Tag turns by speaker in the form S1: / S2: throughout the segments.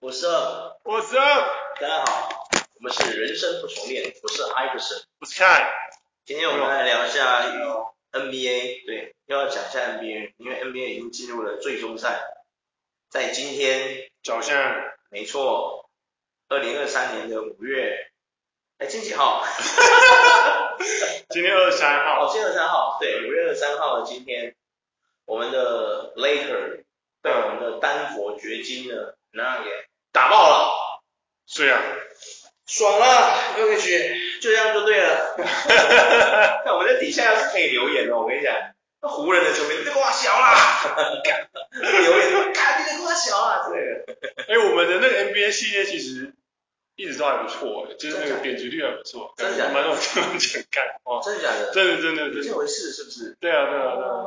S1: 我是二，
S2: 我是二，
S1: 大家好，我们是人生不重练，我是艾克森。
S2: 我是看，
S1: 今天我们来聊一下 NBA，对，要讲一下 NBA，因为 NBA 已经进入了最终赛，在今天，
S2: 脚下
S1: 没错，二零二三年的五月，哎，今天几号？
S2: 今天二十三号，
S1: 哦，今天二十三号，对，五月二十三号的今天，我们的 Laker 对我们的丹佛掘金呢，那也打爆了，
S2: 是啊，
S1: 爽了，又可以去，就这样就对 了。那我们在底下是可以留言的，我跟你讲，那湖人的球迷你这瓜小 啦，干留言，干你这瓜小啦之类的。
S2: 哎，我们的那个 NBA 系列其实一直都还不错，就是那个点击率还不错，
S1: 真的假的
S2: 蛮多地方想看哦，
S1: 真的假的？
S2: 真的真的
S1: 有
S2: 真的，
S1: 这回事是不是？
S2: 对啊对啊对啊，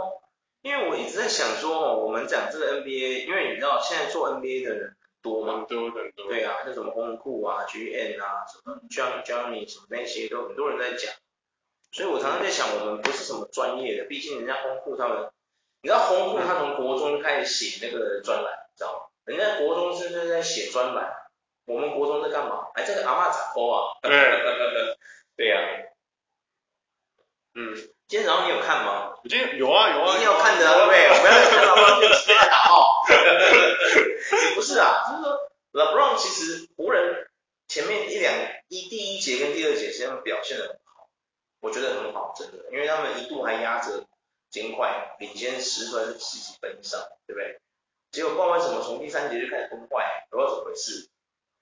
S1: 因为我一直在想说哦，我们讲这个 NBA，因为你知道现在做 NBA 的人多嘛，
S2: 很多很多，
S1: 对啊，像什么红库啊、GN 啊、什么 John Johnny 什么那些，都很多人在讲。所以我常常在想，我们不是什么专业的，毕竟人家红库他们，你知道红库他从国中开始写那个专栏，你知道吗？人家国中是在在写专栏，我们国中在干嘛？哎，这个阿嬷咋播啊？
S2: 对，
S1: 对呀、
S2: 嗯，
S1: 今天早上你有看吗？
S2: 我今天有啊有
S1: 你
S2: 啊，
S1: 一定要看的啊，对不对？我们要看 LeBron 就直接打哦。也 不是啊，就是说 LeBron 其实湖人前面一两一第一节跟第二节实际上表现的很好，我觉得很好，真的，因为他们一度还压着金块领先十分十几分以上，对不对？结果不知道为什么从第三节就开始崩坏，不知道怎么回事。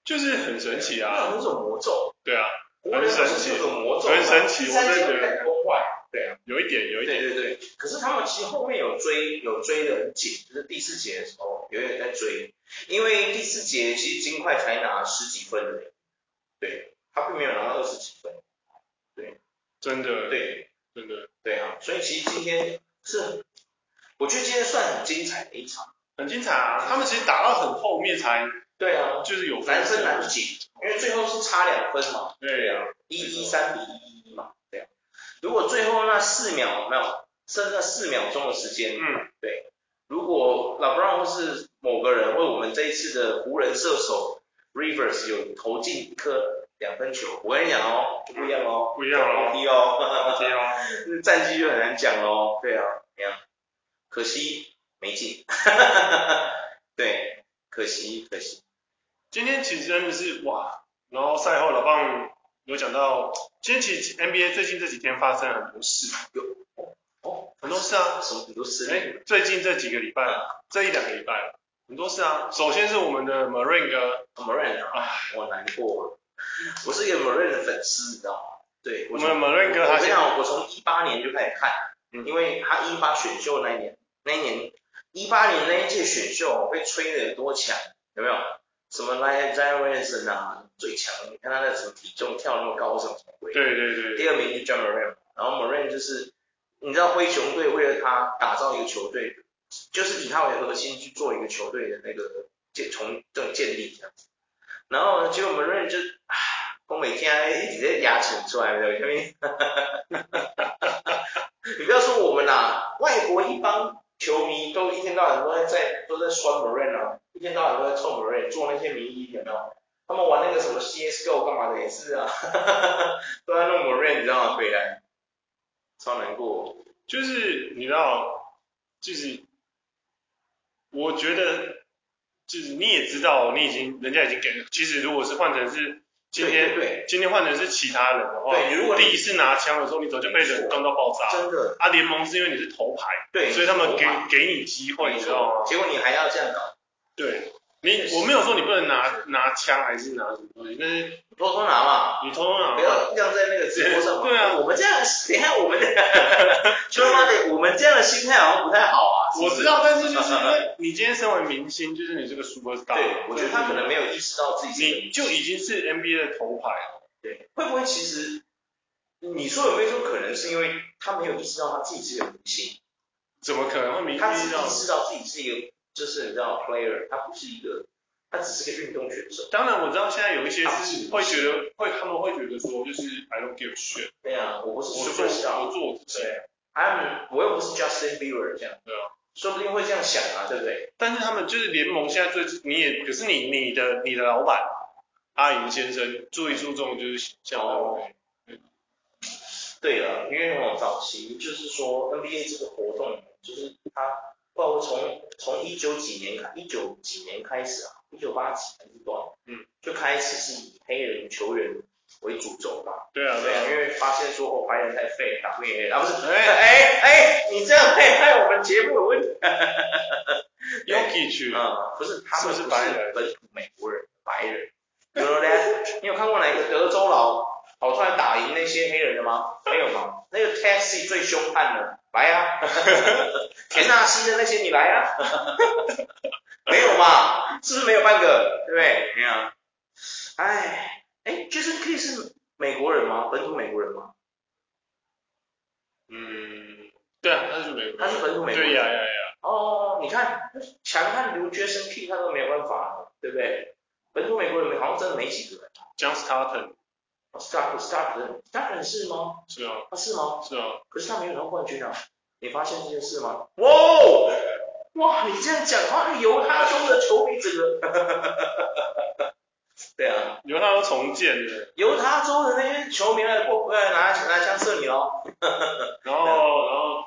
S2: 就是很神奇啊，
S1: 那有一种魔咒，
S2: 对啊，
S1: 湖人好像是有一种魔咒，
S2: 很神奇
S1: 第三节
S2: 我真
S1: 就
S2: 的觉得
S1: 开始崩坏，对啊。
S2: 有一点有一
S1: 对
S2: 点，
S1: 对对，可是他们其实后面有追，有追的很紧，就是第四节的时候有点在追，因为第四节其实金块才拿十几分而已，对，他并没有拿到二十几分，
S2: 真的
S1: 对
S2: 真的
S1: 对啊，所以其实今天是，我觉得今天算很精彩的一场，
S2: 很精彩啊，他们其实打到很后面才
S1: 对啊，
S2: 就是有
S1: 难分
S2: 数
S1: 难解，因为最后是差两分嘛，
S2: 对啊，
S1: 一一三比一一嘛，对啊，如果最后那四秒没有，剩下四秒钟的时间，
S2: 嗯，
S1: 如果 LeBron 或是某个人为我们这一次的湖人射手 Rivers 有投进一颗两分球，我跟你讲哦，就不一样哦，
S2: 不一样了，
S1: 低哦，
S2: 对啊，
S1: 战绩就很难讲喽。对啊，怎么样？可惜没进， 对，可惜可惜，
S2: 今天其实真的是哇，然后赛后老棒有讲到，今天其实 NBA 最近这几天发生了很多事，
S1: 哦，
S2: 很多事啊，
S1: 什么很多失
S2: 哎、
S1: 利，
S2: 最近这几个礼拜，这一两个礼拜，很多事啊。首先是我们的 Marine 哥，
S1: m a r i n 啊，我难过，我是一个 m a r i n 的粉丝，你知道吗？对，
S2: 我
S1: 我
S2: 们的 Marine 哥他
S1: 我跟你
S2: 现在
S1: 讲，我从一八年就开始看，
S2: 嗯
S1: 因为他一八选秀那一年，那一年一八年那一届选秀哦被吹的有多强，有没有？什么 Lion Johnson 啊，最强，你看他的什么体重跳那么高，什么什么鬼？
S2: 对对对
S1: 第
S2: 对，
S1: 二名是 John Moran，然后 Moran 就是你知道灰熊队为了他打造一个球队，就是以他为核心去做一个球队的那个建从这种建立这样子。然后呢，结果 Moran 就唉，我每天一直在牙齿出来没有？因为你不要说我们啦，外国一帮球迷都一天到晚都在在都在酸 Moran 啊，一天到晚都在臭 Moran，做那些名医有没有？他们玩那个什么 CSGO 干嘛的也是啊，都在弄 Moran，你知道吗？回来超难过。
S2: 就是你知道，就是我觉得，就是你也知道，你已经人家已经给，其实如果是换成是今天。
S1: 对对
S2: 今天换成是其他人的话，
S1: 对如果你
S2: 第一次拿枪的时候，你早就被冷冻到爆炸
S1: 对，
S2: 了。
S1: 真的
S2: 啊，联盟是因为你是头牌，
S1: 对，
S2: 所以他们给
S1: 没错
S2: 给你机会，你知道吗？
S1: 结果你还要这样搞，
S2: 对，你我没有说你不能拿拿枪还是拿什么东西，但是
S1: 偷偷拿嘛，
S2: 你偷偷拿
S1: 不要晾在那个直播上嘛。
S2: 对啊
S1: 我们这样，等一下我们的，就妈的，我们这样的心态好像不太好啊。是
S2: 我
S1: 不是
S2: 知道，但是就是因为你今天身为明星，就是你这个 super star，
S1: 对，我觉得他可能没有意识到自己是个
S2: 你就已经是 NBA 的头牌了，
S1: 对，会不会其实你说有没有说可能是因为他没有意识到他自己是个明星？
S2: 怎么可能会明
S1: 他
S2: 星
S1: 只是
S2: 呢
S1: 意？识到自己是一个，就是你知道 player，他不是一个，他只是个运动选手。
S2: 当然我知道现在有一些
S1: 他是
S2: 是会觉得会他们会觉得说就是 I don't give a shit，
S1: 对啊，我不
S2: 我
S1: 是
S2: 做
S1: superstar，
S2: 我做我自己，
S1: 对，I'm 我又不是 Justin Bieber 这样。
S2: 对啊。
S1: 说不定会这样想啊，对不对？
S2: 但是他们就是联盟现在最，你也可是你你的你的老板阿银先生最注重就是形象
S1: 哦
S2: 哦，
S1: 对了，因为我早期就是说 NBA 这个活动，就是它，不知道从从一九几年开，一九几年开始啊，一九八几还是多少，
S2: 嗯，
S1: 就开始是以黑人球员为主轴嘛，
S2: 对啊
S1: 对
S2: 对
S1: 啊，
S2: 啊，
S1: 因为发现说哦，白人太废，打不赢黑人啊，不是，哎
S2: 哎
S1: 哎哎，你这样会害我们节目有问题。
S2: y o k i c
S1: 啊，不是，他们
S2: 是
S1: 不
S2: 不是
S1: 是
S2: 白人
S1: 本土美国人，白人。有嘞，你有看过哪一个德州佬跑出来打赢那些黑人的吗？没有吗？那个 Taxi 最凶悍的，来 呀、啊！田纳西的那些你来呀、啊！ 没有嘛？是不是没有半个？对不对？没有。哎，哎，Jason K 是美国人吗？本土美国人吗？
S2: 嗯，对啊，他是美国人，
S1: 他是本土美国人
S2: 对呀呀呀，
S1: 哦，你看，强悍留 Jason K 他都没有办法，对不对？本土美国人好像真的没几个。
S2: j o h n Stockton
S1: Stark Stark 人，Stark 人是吗？
S2: 是啊
S1: 啊是吗？
S2: 是啊，
S1: 可是他没有拿过冠军啊！你发现这件事吗？哇哦，哇，你这样讲的话，犹他州的球迷整个， 对啊，
S2: 因为他都重建的，
S1: 犹他州的那些球迷来过呃来拿拿枪射你哦。
S2: 然后然后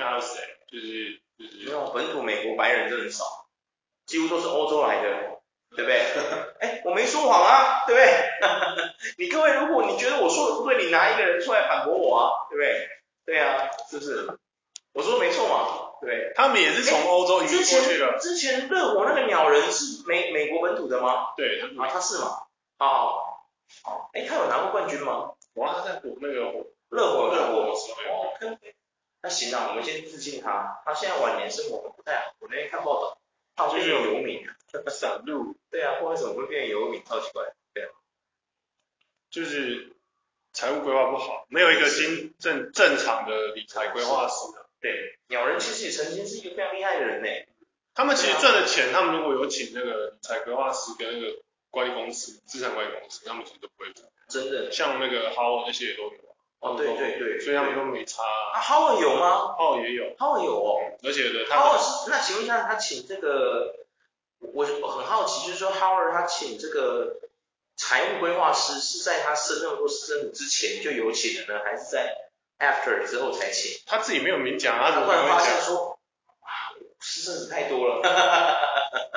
S2: 还有谁？就是就是
S1: 没有，本土美国白人真的很少，几乎都是欧洲来的，对不对？ 哎，我没说谎啊，对不对？ 你各位，如果你觉得我说的不对，你拿一个人出来反驳我啊，对不对？对啊，是不是？我说没错嘛，对不对。
S2: 他们也是从欧洲移过
S1: 之
S2: 去
S1: 前
S2: 的，
S1: 之前热火那个鸟人是美美国本土的吗？
S2: 对，他
S1: 啊，
S2: 们
S1: 他是吗？哦，哦，哎，他有拿过冠军吗？
S2: 哇，他在火那个火
S1: 热火，热火，
S2: 的时候，
S1: 哦，那行啊，我们先致敬他。他现在晚年生活不太好，我那天看报道，他好像变游民。
S2: 散路
S1: 对啊，为什么会变游民？超奇怪。
S2: 就是财务规划不好，没有一个经正正常的理财规划师啊。
S1: 对，鸟人其实也曾经是一个非常厉害的人呢。
S2: 他们其实赚的钱，他们如果有请那个理财规划师跟那个管理公司、资产管理公司，他们其实都不会赚。
S1: 真的。
S2: 像那个豪尔那些也都有，
S1: 哦，对对对。
S2: 所以他们都没差啊。
S1: 啊，浩尔有吗？
S2: 浩尔也有，
S1: 浩尔有哦。
S2: 而且呢，
S1: 浩
S2: 他
S1: 尔是那请问一下，他请这个，我我很好奇，就是说浩尔他请这个财务规划师是在他升任或是政府之前就有请的呢，还是在 after 之后才请？
S2: 他自己没有明讲，啊他
S1: 他
S2: 怎么
S1: 突
S2: 可能
S1: 然发
S2: 会
S1: 现
S2: 讲？
S1: 说，啊，是真的太多了，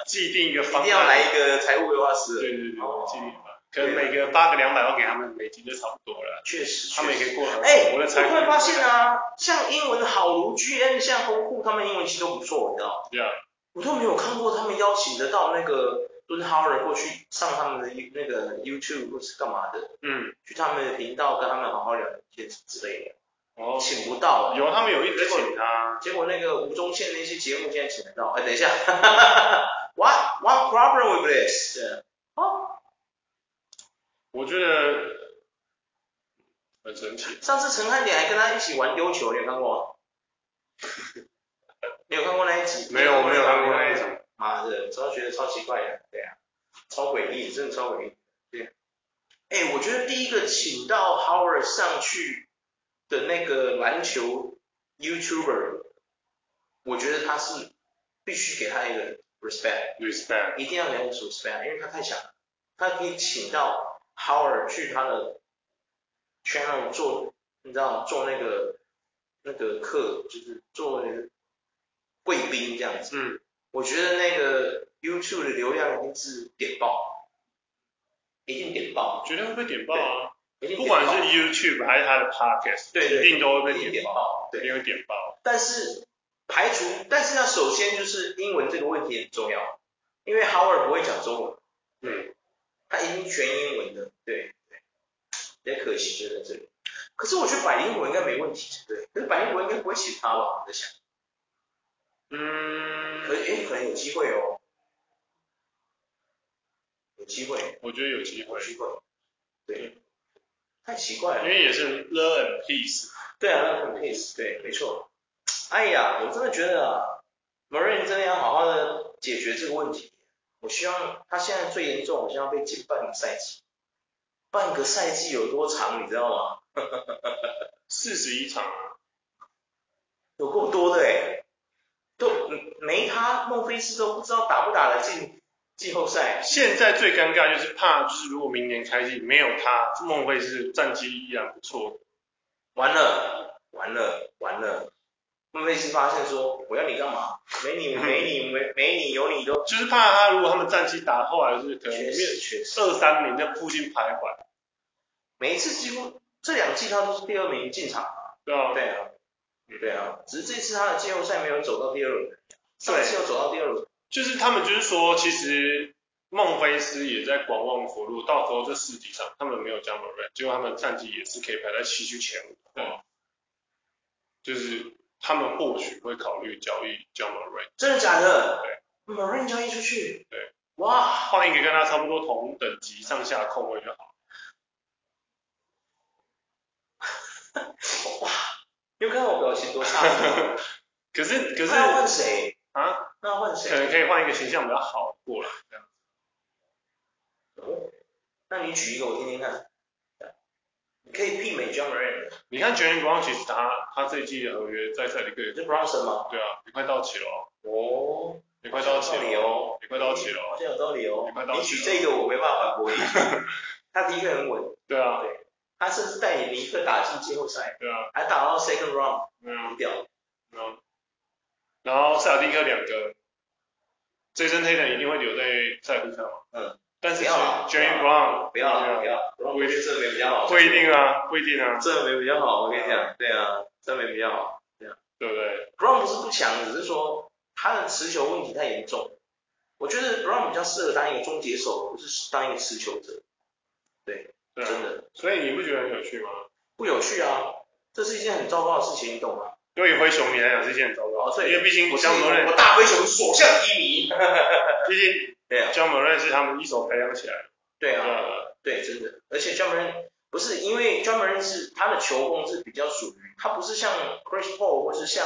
S2: 既定一个
S1: 一
S2: 方
S1: 定要来
S2: 案，
S1: 一个财务规划
S2: 对
S1: 师。
S2: 对对，对既定方案，可能每个人发个两百万给他们，美金就差不多了，
S1: 确实，
S2: 他们也可以过很好。
S1: 哎，
S2: 我
S1: 我
S2: 的
S1: 突
S2: 财务
S1: 然发现啊，像英文的好如 GM，像红库他们英文其实都不错，你知道吗？
S2: 对啊
S1: 我都没有看过他们邀请得到那个敦浩尔或去上他们的 You- 那个 YouTube 或是干嘛的，
S2: 嗯，
S1: 去他们的频道跟他们好好聊天之类
S2: 哦
S1: 的，，请不到。
S2: 有他们有一直请他。
S1: 结果那个吴宗宪那些节目现在请得到，哎，等一下，What what problem with this？对哦，
S2: 我觉得很神奇。
S1: 上次陈汉典还跟他一起玩丢球，你有看过 吗？你有看过那一集？
S2: 没有我没有看过那一集。
S1: 妈的，超觉得超奇怪的，对啊，超诡异，真的超诡异。对啊，哎，我觉得第一个请到 Howard 上去的那个篮球 YouTuber，我觉得他是必须给他一个 respect。
S2: respect，
S1: 一定要给他啊 respect，因为他太强了，他可以请到 Howard 去他的 channel 做，你知道做那个那个课，就是做那个贵宾这样子。
S2: 嗯，
S1: 我觉得那个 YouTube 的流量一定是点爆，一定点爆，
S2: 绝对会被点爆啊！
S1: 一定
S2: 不
S1: 点爆
S2: 管是 YouTube 还是他的 Podcast，
S1: 对对
S2: 一定都会
S1: 一
S2: 被
S1: 定
S2: 点
S1: 点
S2: 爆，
S1: 爆，
S2: 一
S1: 对。
S2: 定会点爆。
S1: 但是排除，但是要首先就是英文这个问题很重要，因为 Howard 不会讲中文。
S2: 嗯，
S1: 它已经全英文的，对，对，也可惜就在这里。可是我觉得百灵果应该没问题，对，可是百灵果应该不会请他吧？我在想，可
S2: 嗯，
S1: 是诶，可能有机会哦，有机会，
S2: 我觉得有机
S1: 有
S2: 会，
S1: 机会，
S2: 嗯
S1: 对，太奇怪
S2: 因
S1: 了，
S2: 为也是 Love and Peace，
S1: 对啊，那很 case，对，没错。哎呀，我真的觉得啊，Marine 真的要好好的解决这个问题。我希望他现在最严重，好像要被禁半个赛季，半个赛季有多长，你知道吗？
S2: 四十一场啊，
S1: 有够多的哎、欸，都嗯没他，孟菲斯都不知道打不打得进季后赛。
S2: 现在最尴尬就是怕，就是如果明年开季没有他，梦会是战绩依然不错。
S1: 完了，完了，完了！孟菲斯发现说，我要你干嘛？没你，没你，没没你，有你都
S2: 就是怕他如果他们战绩打后来就是可能
S1: 确
S2: 面
S1: 实确实。
S2: 二三名在附近徘徊，
S1: 每一次几乎这两季他都是第二名进场。
S2: 对吧？
S1: 对啊，对啊，只是这次他的季后赛没有走到第二轮，啊上
S2: 对
S1: 次有走到第二轮，
S2: 就是他们就是说，其实孟菲斯也在观望活路，到时候这四级上他们没有加盟人，结果他们战绩也是可以排在西区前五的话，就是他们或许会考虑交易加盟瑞，
S1: 真的假的？对 m a r i n 交易出去，
S2: 对，
S1: 哇，
S2: 换一个跟他差不多同等级上下的控卫就好。
S1: 你有看我表情多差 吗？
S2: 可是可是
S1: 那要换谁？
S2: 啊，
S1: 那要换
S2: 可
S1: 谁？
S2: 能可以换一个形象比较好的过来，这样
S1: 哦那你举一个我听听看，你可以媲美 John Moran，
S2: 你看全员光其实他他这一季的合约在赛里克也
S1: 你是 Bronson 吗？
S2: 对啊，也快到期了哦，
S1: 哦，
S2: 也快到期
S1: 有道理
S2: 了哦，
S1: 哦，
S2: 也快到期了
S1: 好
S2: 哦，
S1: 像有道理哦
S2: 你快到。期了
S1: 你举这个我没办法反驳 你，他的确很稳，
S2: 对啊
S1: 他甚至带你尼克打进季后赛，
S2: 对啊，
S1: 还打到 second round，
S2: 嗯。
S1: 很屌。
S2: 然后然后塞尔蒂克两个，这身黑人一定会留在塞尔蒂克嘛？
S1: 嗯。
S2: 但是
S1: 不要啦
S2: Jerry Brown
S1: 不要了，不
S2: 对
S1: 要
S2: 啊
S1: 了，不一定这没比较好，
S2: 不一定，啊，不一定啊，
S1: 这没比较好，我跟你讲，对啊，这没比较好。
S2: 对不对？
S1: Brown 不是不强，只是说他的持球问题太严重。我觉得 Brown 比较适合当一个终结手，不是当一个持球者，
S2: 对啊
S1: 真的
S2: 所以你不觉得很有趣吗？
S1: 不有趣啊！这是一件很糟糕的事情，你懂吗？
S2: 对于灰熊迷来讲是一件很糟糕的
S1: 哦
S2: 事，
S1: 对
S2: 因为毕竟
S1: 我是
S2: 江某瑞
S1: 我，大灰熊所向披靡。
S2: 毕竟
S1: 对啊，
S2: 江某瑞是他们一手培养起来的，
S1: 对啊，
S2: 呃，
S1: 对，真的。而且 j a m a r 不是因为 j a m a r 是他的球风是比较属于，他不是像 Chris Paul 或是像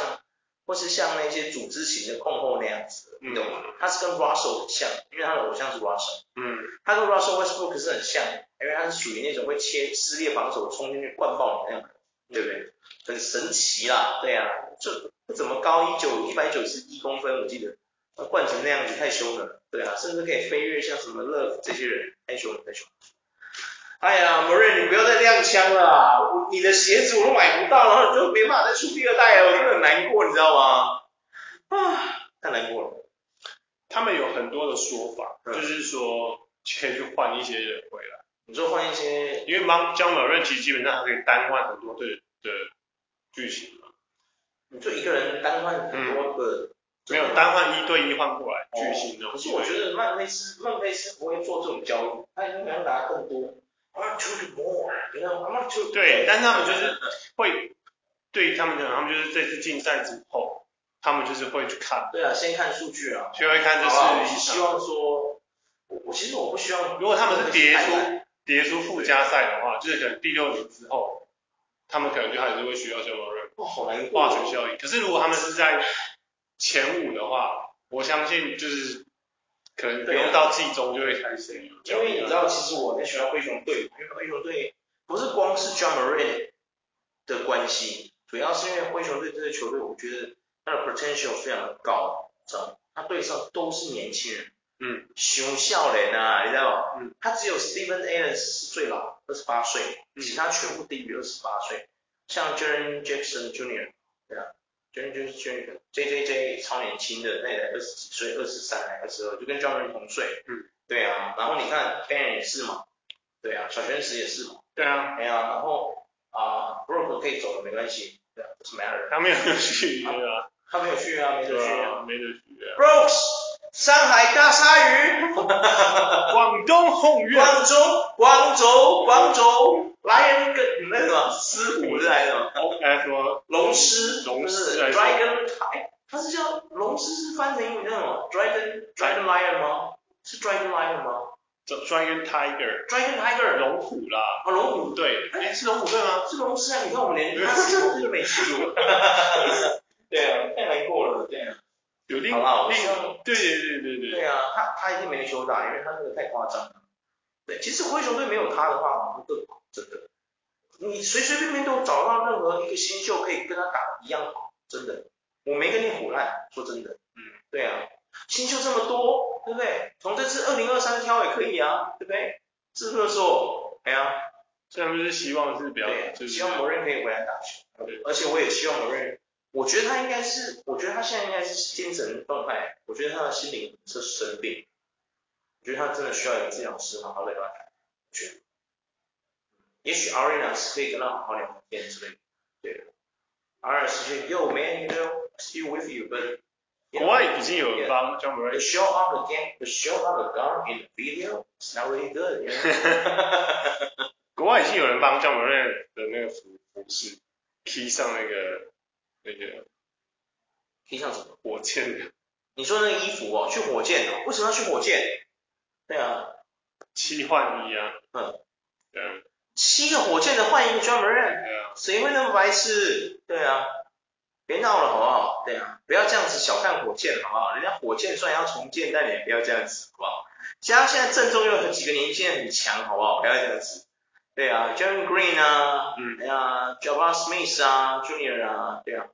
S1: 或是像那些组织型的控后那样子的，你懂吗？他是跟 Russell 很像，因为他的偶像是 Russell，
S2: 嗯，
S1: 他跟 Russell Westbrook 是很像，因为他是属于那种会切撕裂防守冲进去灌爆你那样，对不对？很神奇啦，对啊，就不怎么高，一九一百九十一公分，我记得。那灌成那样子太凶了，对啊，甚至可以飞跃像什么乐这些人，太凶了，太凶了。哎呀，某瑞，你不要再踉跄了啊，我你的鞋子我都买不到，然后你就没办法再出第二代了，我真的很难过，你知道吗？啊，太难过了。
S2: 他们有很多的说法，
S1: 嗯
S2: 就是说可以去换一些人回来。
S1: 你说换一些，
S2: 因为 Mount John m u r a 其实基本上他可以单换很多队的剧情嘛，
S1: 你就一个人单换很多个，
S2: 嗯没有单换一对一换过来
S1: 巨
S2: 巨星那种。
S1: 哦可是我觉得曼菲斯，曼菲斯不会做这种交易，他应该拿更多。I want to do more, you know, I want to.
S2: 对但是他们就是会对于他们讲，他们就是这次竞赛之后，他们就是会去看，
S1: 对啊，先看数据啊。
S2: 所以会看这
S1: 好啦我
S2: 是
S1: 是希望说，我我其实我不希望
S2: 如果他们是叠
S1: 太烂
S2: 出叠出附加赛的话，就是可能第六名之后，他们可能就还是会需要 John m u r a
S1: 哇，好难过
S2: 化
S1: 哦。
S2: 学效应。可是如果他们是在前五的话，我相信就是可能不用到季中就会开始有
S1: 啊因
S2: 交
S1: 为
S2: 易
S1: 你知
S2: 了。
S1: 道，其实我很喜欢灰熊队，因为灰熊队不是光是 John m o r a n 的关系，主要是因为灰熊队这支球队，我觉得他的 potential 非常的高，知道吗？他队上都是年轻人，
S2: 嗯，
S1: 熊笑脸啊，你知道吗？
S2: 嗯，
S1: 他只有 Steven Allen 是最老，二十八岁，
S2: 嗯
S1: 其他全部低于二十八岁，像 Jaren Jackson Jr. 对啊，Jaren Jackson Jr. J J J 超年轻的，那也才二十几岁，二十三还二十二，就跟 John m o r a n 同岁。对啊，然后你看 Ben 也是嘛，对啊，小泉石也是嘛，
S2: 对啊，
S1: 哎呀、然后啊、b r o o k 可以走了没关系，对啊，什么样的人？
S2: 他没有续约啊，
S1: 他没有去啊，没得去
S2: 对
S1: 啊。
S2: 啊，没得续约、啊。
S1: Brooks，上海大鲨鱼，
S2: 啊广东宏愿，
S1: 广州，广州，广州，Lion 跟那个什么狮虎是来的嘛，
S2: 哎，什么
S1: 龙狮，
S2: 龙狮
S1: 不
S2: 还
S1: 是
S2: 是
S1: Dragon，哎，它是叫龙狮是翻成英文叫什么？Dragon Dragon Lion 吗？是 Dragon Lion 吗
S2: Dragon Tiger
S1: ？Dragon Tiger，
S2: 龙虎啦？
S1: 哦，龙虎
S2: 虎队，哎，是龙虎队吗？
S1: 这龙狮啊，你看我们连他是什么都没记住。 对啊，太难过了。对啊，
S2: 有另
S1: 好啦我希
S2: 另
S1: 望
S2: 对对对对对，
S1: 对啊，他他一定没球打，因为他那个太夸张了。对，其实灰熊队没有他的话，我们更好，真的。你随随便便都找到任何一个新秀可以跟他打一样好，真的。我没跟你胡乱，说真的，
S2: 嗯，
S1: 对啊，新秀这么多，对不对？从这次二零二三挑也可以啊，对不对？是不是说？哎呀，
S2: 虽然就是希望是比较，啊就
S1: 对，
S2: 是
S1: 希望某人可以回来打球
S2: 对，
S1: 而且我也希望某人，我觉得他应该是，我觉得他现在应该是精神状态，我觉得他的心灵是生病，我觉得他真的需要有治疗师好好的跟他谈，我觉得，也许 R 老师可以跟他好好聊天之类的，对，R 师就 Yo man, you know, still with you, but
S2: 国外已经有人帮 John Murray
S1: The show of the game, the show of the gun in the video, it's not really good, you know.
S2: 国外已经有人帮 John Murray 的那个服服饰披上那个那个
S1: 听上什么？
S2: 火箭的
S1: 你说那个衣服哦，去火箭哦，为什么要去火箭？对啊，
S2: 七换一啊，
S1: 嗯，
S2: 对啊，
S1: 七个火箭的换一个 John Moran，
S2: 对啊，
S1: 谁会那么白痴？对啊，别闹了好不好？对啊，不要这样子小看火箭好不好？人家火箭虽然要重建，但你也不要这样子好不好？加上现在郑重又有几个年轻人很强好不好？不要这样子。对啊 j e r e m Green 啊，
S2: 嗯，
S1: 哎呀 j a v a Smith 啊，Junior 啊，对啊，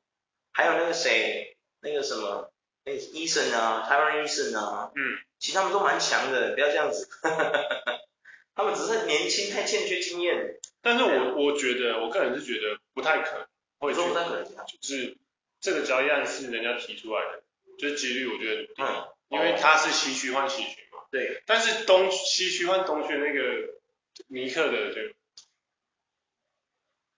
S1: 还有那个谁，那个什么，那个医生啊，台湾医生啊，
S2: 嗯，
S1: 其实他们都蛮强的，不要这样子， 他们只是年轻太欠缺经验，
S2: 但是我我觉得我个人是觉得不太可能
S1: 我
S2: 会去
S1: 说不太可能这样，
S2: 就是这个交易案是人家提出来的，就是几率我觉得，
S1: 嗯，
S2: 因为它是西区换西区嘛，
S1: 对，
S2: 但是东西区换东区那个尼克的这个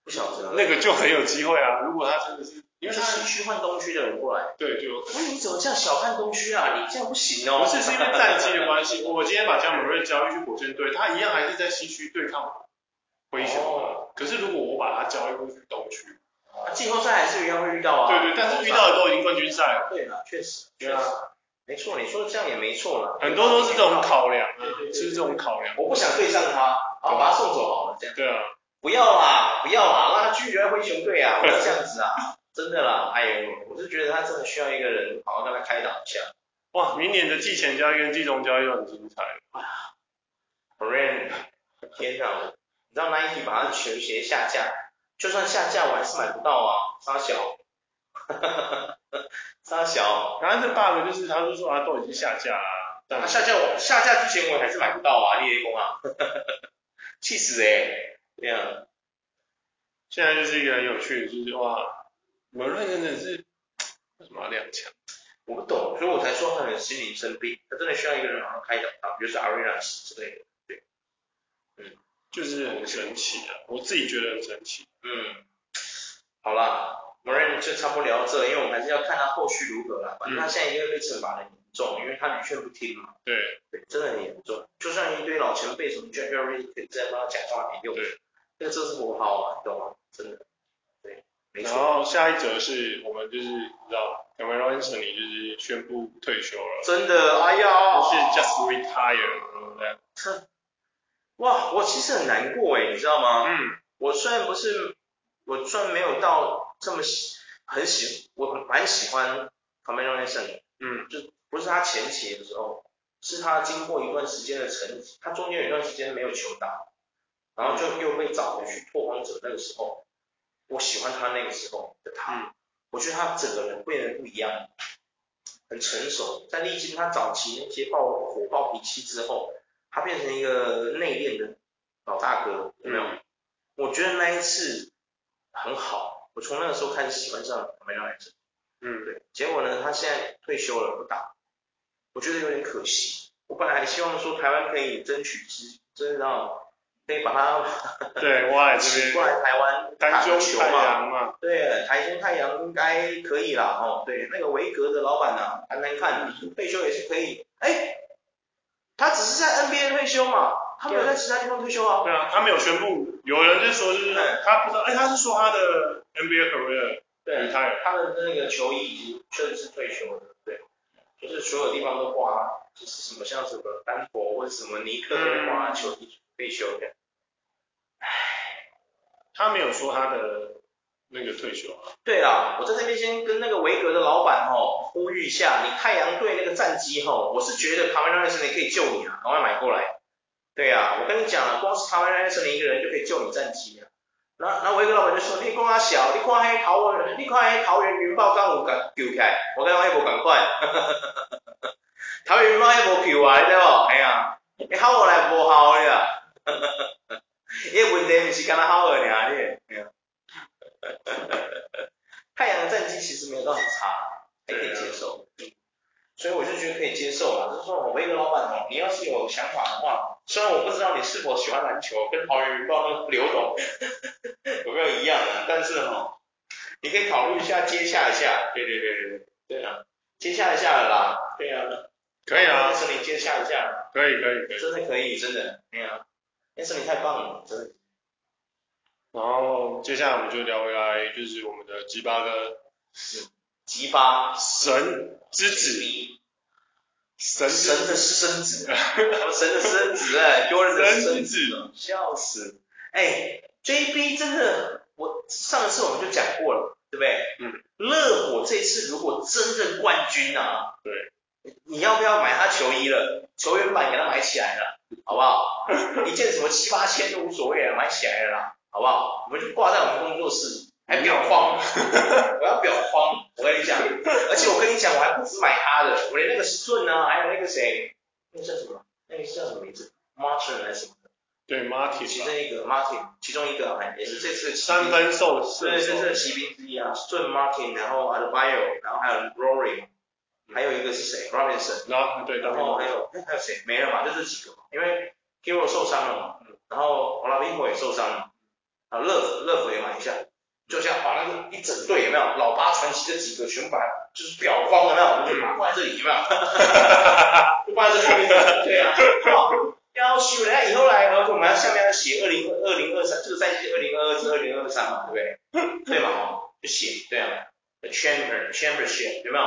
S1: 不晓得，啊
S2: 那个就很有机会啊，如果他真的是，因
S1: 因为
S2: 为他
S1: 是西区换东区的人过来，
S2: 对就有可能
S1: 喂，你怎么这样小看东区啊？你这样不行哦，
S2: 不是是因为战绩的关系，我今天把江姆瑞交易去火箭队，他一样还是在西区对抗灰熊啊。可是如果我把他交易过去东区，
S1: 啊季后赛还是一样会遇到啊，
S2: 对对，但是遇到的都已经冠军赛了，
S1: 对啦，确实，
S2: 对啊
S1: 确实，没错，你说的这样也没错啦，
S2: 很多都是这种考量
S1: 对
S2: 啊
S1: 对，对
S2: 是这种考量。
S1: 我不想对上他，啊，把他送走好了，这样。
S2: 对啊，
S1: 不要啦，不要啦，让他拒绝灰熊队啊，不要这样子啊， 真的啦，哎呦，我是觉得他真的需要一个人好好跟他开导一下。
S2: 哇，明年的季前交易跟季中交易都很精彩。
S1: b r a n 天哪，你知道 Nike 把他的球鞋下架，就算下架我还是买不到啊，沙小， 沙小，
S2: 然后这 bug 就是他就说啊，都已经下架啊啦，但
S1: 他下架我下架之前我还是买不到啊，猎工啊， 气死哎、欸，对啊。
S2: 现在就是一个很有趣的，就是哇，门瑞真的是为什么啊要踉跄？
S1: 我不懂，所以我才说他很心灵生病，他真的需要一个人好好开导他，比如说 Arena 之类的。
S2: 就是很神奇啊，我自己觉得很神奇。
S1: 嗯，好啦 m a r i n 就差不多聊到这，因为我们还是要看他后续如何啦。反正他现在一定会被惩罚的很严重，因为他屡劝不听嘛，
S2: 对，
S1: 对，真的很严重。就算一堆老前辈什么 John Jerry 这样帮他讲话没用，
S2: 对，
S1: 那个真是不好啊，你懂吗？真的，对，没
S2: 然
S1: 错，
S2: 后下一则是我们就是你知道 c a m e r o n Anthony 就是宣布退休了，
S1: 真的，哎呀，
S2: 就是 just retire，对嗯
S1: 哇，我其实很难过哎，你知道吗？
S2: 嗯，
S1: 我虽然不是，我虽然没有到这么喜，很喜，我蛮喜欢 c a m e r o n a t i o n 的，
S2: 嗯，
S1: 就不是他前期的时候，是他经过一段时间的沉寂，他中间有一段时间没有球打，然后就又被找回去拓荒者那个时候，我喜欢他那个时候的他，
S2: 嗯
S1: 我觉得他整个人变得不一样，很成熟，在历经他早期那些爆火爆脾气之后，他变成一个内敛的老大哥，有没有？
S2: 嗯
S1: 我觉得那一次很好，我从那个时候开始喜欢上卡梅拉莱特。
S2: 嗯，
S1: 对，结果呢，他现在退休了，不打，我觉得有点可惜。我本来还希望说台湾可以争取知，知道可以把他
S2: 嗯对，我来这
S1: 请过
S2: 边
S1: 来台湾打
S2: 单
S1: 个
S2: 中
S1: 球
S2: 太
S1: 嘛。
S2: 阳嘛，
S1: 对，台中太阳应该可以啦，哦，对，那个维格的老板呐、谈谈看，退休也是可以。哎，他只是在 NBA 退休嘛，他没有在其他地方退休啊。
S2: 对啊，他没有宣布，有人就说就是
S1: 对
S2: 他不知道，哎，他是说他的 NBA career
S1: 对，
S2: retire，
S1: 他的那个球衣已经确实是退休了，对，就是所有地方都挂，就是什么像什么丹佛或者什么尼克都挂球衣退休的，
S2: 他没有说他的那个退休啊，
S1: 对啦，我在这边先跟那个维格的老板吼呼吁一下，你太阳队那个战绩吼，我是觉得卡梅拉·艾森你可以救你啊，赶快买过来。对啊，我跟你讲啊，光是卡梅拉·艾森一个人就可以救你战绩啊。然后然后维格老板就说：“你看啊小，你看黑桃园，你看黑桃园云豹刚有敢救起来，我跟哎我迄无共款。桃园云豹迄无救啊，你知无？哎呀，你好我来无效你啊。 迄问题毋是干那好尔尔，你 会。嘿啊太阳的战绩其实没有到很差，还可以接受。所以我就觉得可以接受啊，就是说我维格老板哦，你要是有想法的话，虽然我不知道你是否喜欢篮球，跟桃园云豹跟刘董 有没有一样啊，但是哦，你可以考虑一下接洽一下，对对对对对，对啊，接洽一下了啦，对啊，
S2: 可以啊，
S1: 森林接洽一下，
S2: 可以可以可以。
S1: 真的可以，真的，对啊，那森林太棒了，真的，
S2: 然后接下来我们就聊回来，就是我们的吉巴哥
S1: 吉巴
S2: 神之子，神之
S1: 神的私生子，神的私生子哎，Jordan 的私
S2: 神之
S1: 生子，
S2: 子，
S1: 笑死！哎，JB 真的，我上一次我们就讲过了，对不对？
S2: 嗯。
S1: 热火这次如果真的冠军啊，
S2: 对，
S1: 你要不要买他球衣了？球员版给他买起来了，好不 好？一件什么七八千都无所谓了，买起来了啦，好不好？我们就挂在我们工作室，还裱 框，我要裱框，我跟你讲，而且我跟你讲，我还不止买他的，我连那个顺啊，还有那个谁，那个叫什么？那个叫什么名字？Martin 还是什么？
S2: 对 Martin
S1: 其
S2: 吧
S1: 中一个 Martin，其中一个哎，也是这次骑
S2: 三分兽射
S1: 对，这
S2: 手
S1: 次的骑兵之一啊，顺 Martin，然后 a d b i o 然后还有 Rory，还有一个是谁？Robinson，
S2: 然后对，然
S1: 然后
S2: 后
S1: 还有哎还有谁？没了嘛，就这几个嘛，因为 Hero 受伤了嘛，然后 Olavinko 也受伤了，啊，乐乐福也买一下，就像把那个一整队有没有老八传奇这几个全部把就是表框的
S2: 嗯
S1: 那种，就把它放在这里有没有？ 就放在这后面，对啊，哇，要求人家以后来，而且我们要下面要写二零二零二三，这个赛季二零二二至二零二三嘛，对不对？对嘛，哦就写对啊，chamber championship 有没有？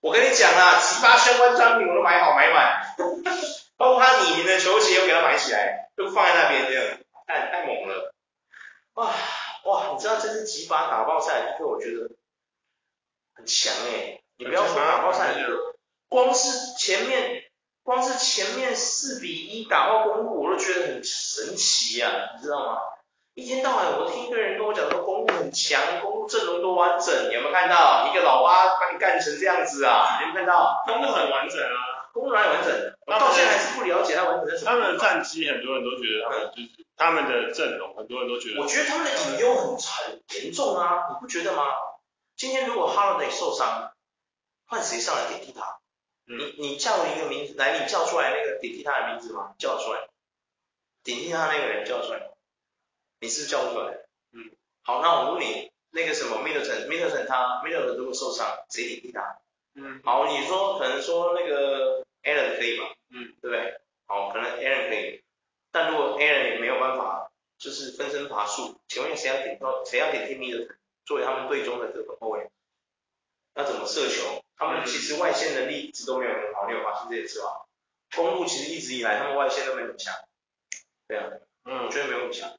S1: 我跟你讲啊啦，吉巴相关商品我都买好买满， 包括他李宁的球鞋，我给他买起来，就放在那边这样，太太猛了，哇哇，你知道这次吉巴打爆赛，因为我觉得很强哎、你不要说打爆赛，光是前面光是前面四比一打爆公路，我都觉得很神奇啊，你知道吗？一天到晚我听一个人跟我讲说公路很强，公路阵容多完整，你有没有看到？一个老八把你干成这样子啊，你有没有看到？
S2: 公路很完整啊。
S1: 公路哪里完整？我到现在还是不了解他完整在什么
S2: 他
S1: 地方。
S2: 们的战绩，很多人都觉得他们就是他们的阵容，很多人都觉
S1: 我
S2: 得
S1: 觉得他们的隐忧很很严重啊，你不觉得吗？今天如果 Holiday 受伤，换谁上来顶替他？
S2: 嗯
S1: 你你叫一个名字来，你叫出来那个顶替他的名字吗？叫得出来，顶替他那个人叫得出来吗，你是不是叫不出来？
S2: 嗯，
S1: 好，那我问你，那个什么 Middleton，Middleton 他 Middleton 如果受伤，谁顶替他？
S2: 嗯
S1: 好，你说可能说那个 Aaron 可以吧？
S2: 嗯，
S1: 对不对？好，可能 Aaron 可以，但如果 Aaron 也没有办法，就是分身乏术，请问谁要顶到谁要顶替 Middleton 作为他们队中的得分后卫？要怎么射球？他们其实外线能力一直都没有很好，你有发现这件事吗？公路其实一直以来他们外线都没有很强，对啊，我
S2: 嗯
S1: 觉得没有很强。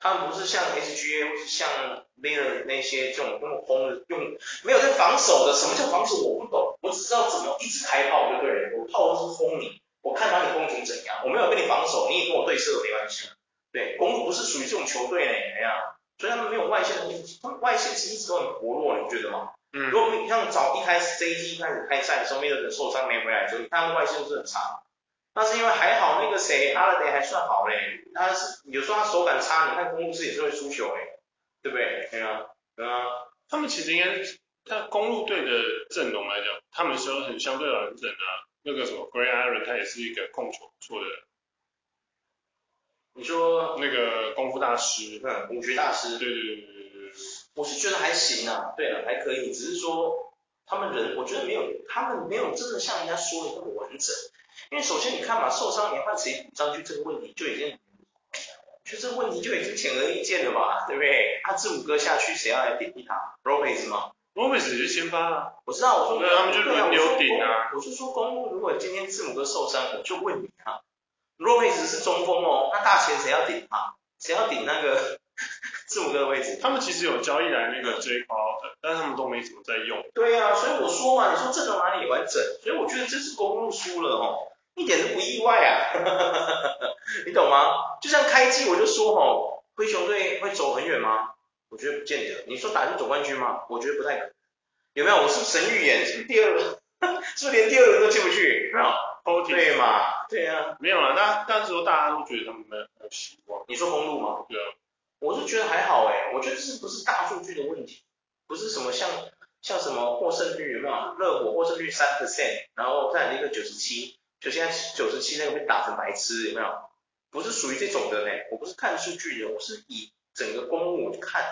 S1: 他们不是像 SGA 或是像 l i l l 那些这种那么轰的，用没有在防守的。什么叫防守？我不懂，我只知道怎么一直开炮就对了。我炮都是轰你，我看到你攻成怎样，我没有跟你防守，你也跟我对射没关系。啊对，公路不是属于这种球队呢，哎呀，所以他们没有外线的东西，他们外线其实一直都很薄弱，你不觉得吗？
S2: 嗯
S1: 如果你像早一开始这一季开始开赛的时候，没有人受伤没回来的时候，你看外线是很差。那是因为还好那个谁阿勒德还算好嘞，他是有时候他手感差，你看公路是也是会输球哎，对不对？对啊，对啊，
S2: 他们其实应该是，他公路队的阵容来讲，他们说很相对完整啊。那个什么 Gray Allen，他也是一个控球不错的
S1: 你说
S2: 那个功夫大师。
S1: 嗯，武学大
S2: 对
S1: 师，
S2: 对对对对对对。
S1: 我是觉得还行啊，对了，还可以，只是说他们人，我觉得没有，他们没有真的像人家说的那么完整。因为首先你看嘛，受伤你换谁补上去这个问题就已经，就这个问题就已经显而易见了吧，对不对？阿志五哥下去谁要来顶啊替他 r o b i s 吗？
S2: 罗贝斯也是先发啊。
S1: 我知道，我说
S2: 对他们就轮流顶啊。
S1: 我就说公路如果今天字母哥受伤，我就问你啊 r o b i s 是中锋哦，那大前谁要顶他？谁要顶那个 字母哥的位置？
S2: 他们其实有交易来那个 J Crowder，但是他们都没怎么在用。
S1: 对呀、所以我说嘛，你说阵容哪里完整？所以我觉得这次公路输了哦， 一点都不意外啊，你懂吗？就像开季我就说哦，灰熊队会走很远吗？我觉得不见得。你说打进总冠军吗？我觉得不太可能。有没有？我是不是神预言，是不是第二轮， 是不是连第二轮都进不去？有没有
S2: 偷听
S1: 对嘛？对啊。
S2: 没有啦，那但是说大家都觉得他们没有没有希望，
S1: 你说公路吗？
S2: 对啊，
S1: 我是觉得还好哎、我觉得这是不是大数据的问题，不是什么像像什么获胜率有没有？热火获胜率三 percent，然后再来一个九十七，就现在九十七那个被打成白痴有没有？不是属于这种的呢、我不是看数据的，我是以整个公路看，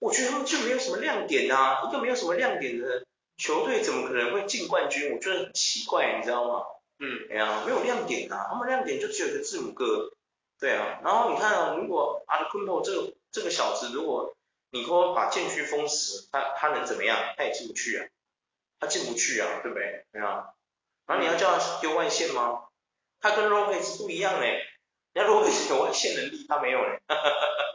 S1: 我觉得他们就没有什么亮点啊，一个没有什么亮点的球队怎么可能会进冠军？我觉得很奇怪，你知道吗？
S2: 嗯，
S1: 哎呀，没有亮点啊，他们亮点就只有一个字母哥，对啊。然后你看啊，如果阿德昆博这个这个小子，如果你给我把禁区封死，他他能怎么样？他也进不去啊，他进不去啊，对不对？对啊。然后你要叫他丢外线吗？他跟 Lopez 不一样嘞、人家 Lopez 有外线能力，他没有嘞、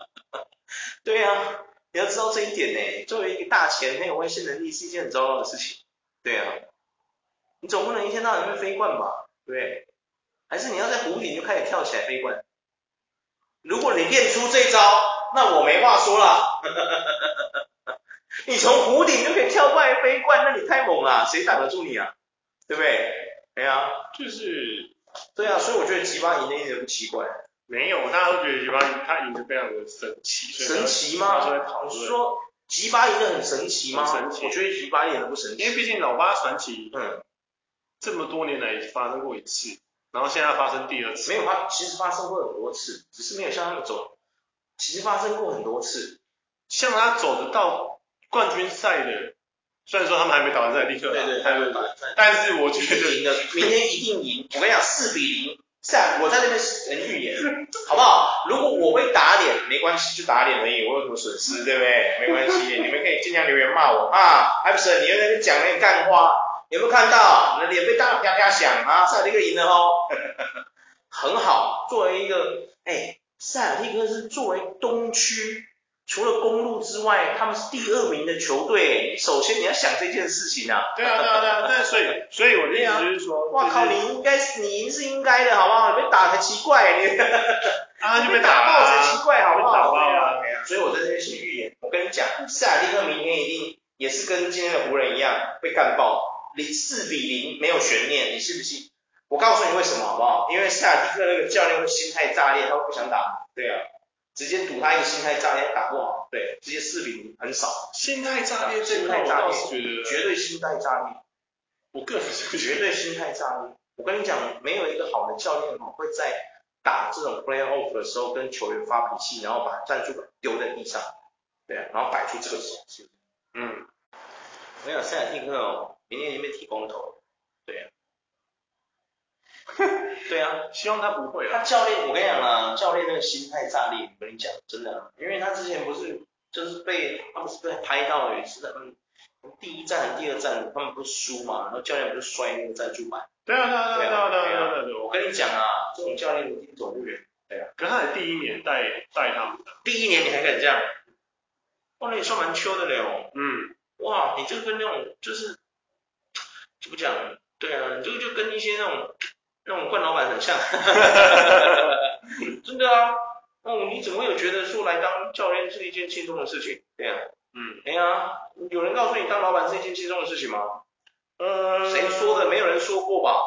S1: 对啊，你要知道这一点呢、哎作为一个大前没有外线能力是一件很糟糕的事情。对啊，你总不能一天到晚在那边飞冠吧？对，还是你要在湖顶就开始跳起来飞棍？如果你练出这招，那我没话说了。 你从湖顶就可以跳过来飞棍，那你太猛了，谁挡得住你啊？对不对？哎呀、
S2: 就是
S1: 对啊，所以我觉得吉巴赢的一点都不奇怪。
S2: 没有，大家都觉得吉巴他赢得非常的神奇，所以
S1: 神
S2: 呢
S1: 奇
S2: 大家
S1: 吗
S2: 都在讨？
S1: 你是
S2: 论，
S1: 说吉巴赢的很神奇吗？
S2: 很神奇
S1: 我觉得吉巴一点都不神
S2: 因
S1: 奇。
S2: 为毕竟老八传奇
S1: 嗯，
S2: 这么多年来也发生过一次，然后现在发生第二次，
S1: 没有发，其实发生过很多次，只是没有像他们走。其实发生过很多次，
S2: 像他走得到冠军赛的，虽然说他们还没打完赛，立刻打
S1: 还有把
S2: 但是我觉
S1: 一定
S2: 得
S1: 赢的，明天一定赢。我跟你讲，四比零，是啊，我在那边神预言，好不好？如果我被打脸，没关系，就打脸而已，我有什么损失，对不对？没关系，你们可以尽量留言骂我啊。艾普森，你又在那边讲那个干话，有没有看到？你的脸被打得啪啪响啊，塞尔蒂克赢了哦， 很好。作为一个，哎，塞尔蒂克是作为东区。除了公路之外，他们是第二名的球队。你首先你要想这件事情啊。
S2: 对啊对啊对啊，但所以所以我的意思就是说，
S1: 哇靠，
S2: 就是
S1: 你应该是你赢是应该的，好不好？你被打才奇怪， 你
S2: 啊他就被
S1: 打
S2: 了
S1: 爆才
S2: 啊，
S1: 奇怪，好不
S2: 被打
S1: 好？
S2: 爆
S1: 对
S2: 啊
S1: 啊对啊所以我在这边写预言，我跟你讲，塞尔蒂克明天一定也是跟今天的湖人一样被干爆，零四比零没有悬念，你信不信？我告诉你为什么好不好？因为塞尔蒂克那个教练会心态炸裂，他会不想打，对啊，直接赌他一个心态炸裂打不好，对，直接四比零很少，
S2: 心态炸裂这
S1: 心
S2: 块
S1: 态
S2: 我
S1: 炸
S2: 倒
S1: 裂
S2: 是觉得，
S1: 绝对心态炸裂。
S2: 我个人是觉
S1: 绝
S2: 得
S1: 对心态炸裂。我跟你讲，没有一个好的教练哦，会在打这种 playoff 的时候跟球员发脾气，然后把战术丢在地上，对啊，然后摆出这个手势。
S2: 嗯，
S1: 我想塞尔蒂克哦，明天已经被剃光头了，对啊， 对啊，
S2: 希望他不会
S1: 他
S2: 啊，
S1: 教练，我跟你讲啊，教练那个心态炸裂，我跟你讲，真的啊、因为他之前不是就是被他不是被拍到有一次他们第一站、第二站他们不是输嘛，然后教练不是摔那个战术板。
S2: 对啊对啊对啊对啊对啊对啊对啊，
S1: 我
S2: 我
S1: 跟你讲啊，这种教练一定走不远。
S2: 可是他也第一年带带他们的，
S1: 第一年你还敢这样，哇，那也算蛮秋的了哦。
S2: 嗯，
S1: 哇，你这个跟那种就是怎么讲？对啊，你这个就跟一些那种那种惯老板很像， 真的啊。哦，你怎么会有觉得说来当教练是一件轻松的事情？对啊，
S2: 嗯，
S1: 哎呀，有人告诉你当老板是一件轻松的事情吗？
S2: 呃，
S1: 谁说的？没有人说过吧？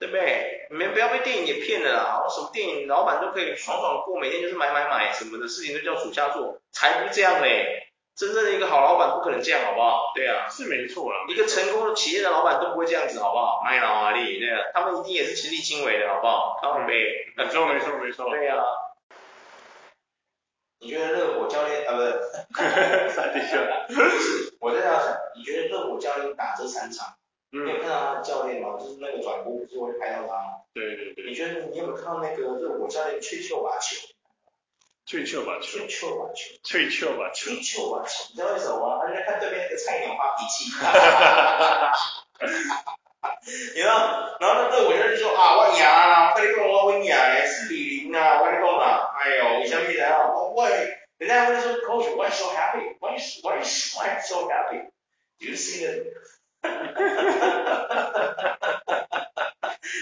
S1: 对不对？你们不要被电影给骗了啦！然后什么电影老板都可以爽爽地过，每天就是买买买什么的事情都叫属下做，才不这样嘞！真正的一个好老板不可能这样，好不好？对啊，
S2: 是没错啦，
S1: 一个成功的企业的老板都不会这样子，好不好？麦老啊，力，对啊，他们一定也是亲力亲为的，好不好？当然没，
S2: 没错没错没错，
S1: 对啊。你觉得热火教练啊，不是，
S2: 赛迪克，
S1: 我在想，你觉得热火教练打这三场，你有
S2: 嗯，
S1: 看到他的教练吗？就是那个转播不是会拍到他吗？
S2: 对对对，
S1: 你觉得你有没有看到那个热火教练吹球把球，
S2: 退球吧球
S1: 吹，球把球，
S2: 退球吧球，
S1: 吹球把球？你知道为什么吗？他在看对面那个菜鸟发脾气。你知道，然后那热火教练说啊，我赢啊，快点跟我我赢诶，四比零啊，我跟你讲啊，哎呦，为什么来啊？我我人家会说 coach why so happy why is- why is- why so happy you see that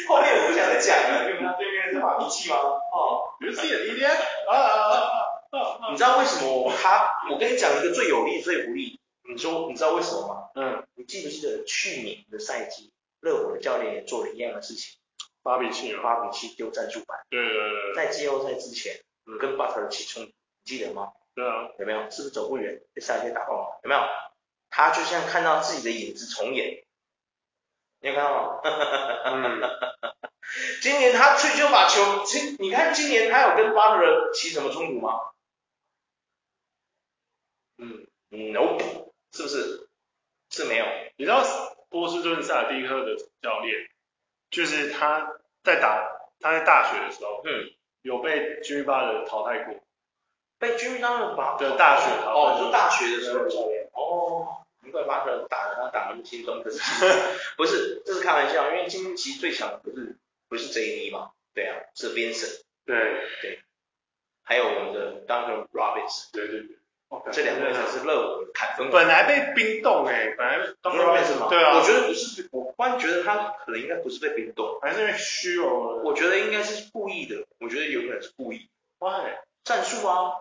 S1: 后面我不想再讲了，你们知道对面是发脾气吗？哦。
S2: 你是 idiot 啊啊啊啊，
S1: 你知道为什么他？我跟你讲一个最有利、最不利。你
S2: 嗯
S1: 说，你知道为什么吗？
S2: 嗯，
S1: 你记不记得去年的赛季，热火的教练也做了一样的事情，
S2: 八比七嘛，
S1: 把比奇丢战术板，
S2: 对对对对
S1: 在季后赛之前
S2: 嗯
S1: 跟巴特勒起冲突，你记得吗？
S2: 对啊，
S1: 有没有？是不是走不远被塞尔提克打爆了？有没有？他就像看到自己的影子重演，你有看到吗？
S2: 嗯，
S1: 今年他去就把球，今你看今年他有跟巴特勒起什么冲突吗？
S2: 嗯，
S1: 嗯，no，是不是？是没有。
S2: 你知道波士顿萨蒂克的教练，就是他在打他在大学的时候
S1: 嗯，
S2: 有被 G 八的淘汰过，
S1: 被军当了吧？
S2: 对大学淘汰
S1: 哦，就大学的时候的教练。哦，难怪巴特勒打他打得那么轻松，可 是不是？这是开玩笑，因为今期最强的不是不是 J D 嘛？对啊，是 Vincent，
S2: 对
S1: 还有我们的 Duncan Robinson。
S2: 对对对，哦
S1: 这两位才是热火砍分王。
S2: 本来被冰冻哎，本来当
S1: 当然是嘛，
S2: 对啊，
S1: 我觉得不是，我忽然觉得他可能应该不是被冰冻，
S2: 还是因为虚荣了，
S1: 我觉得应该是故意的，我觉得有可能是故意
S2: 哇，
S1: 战术啊，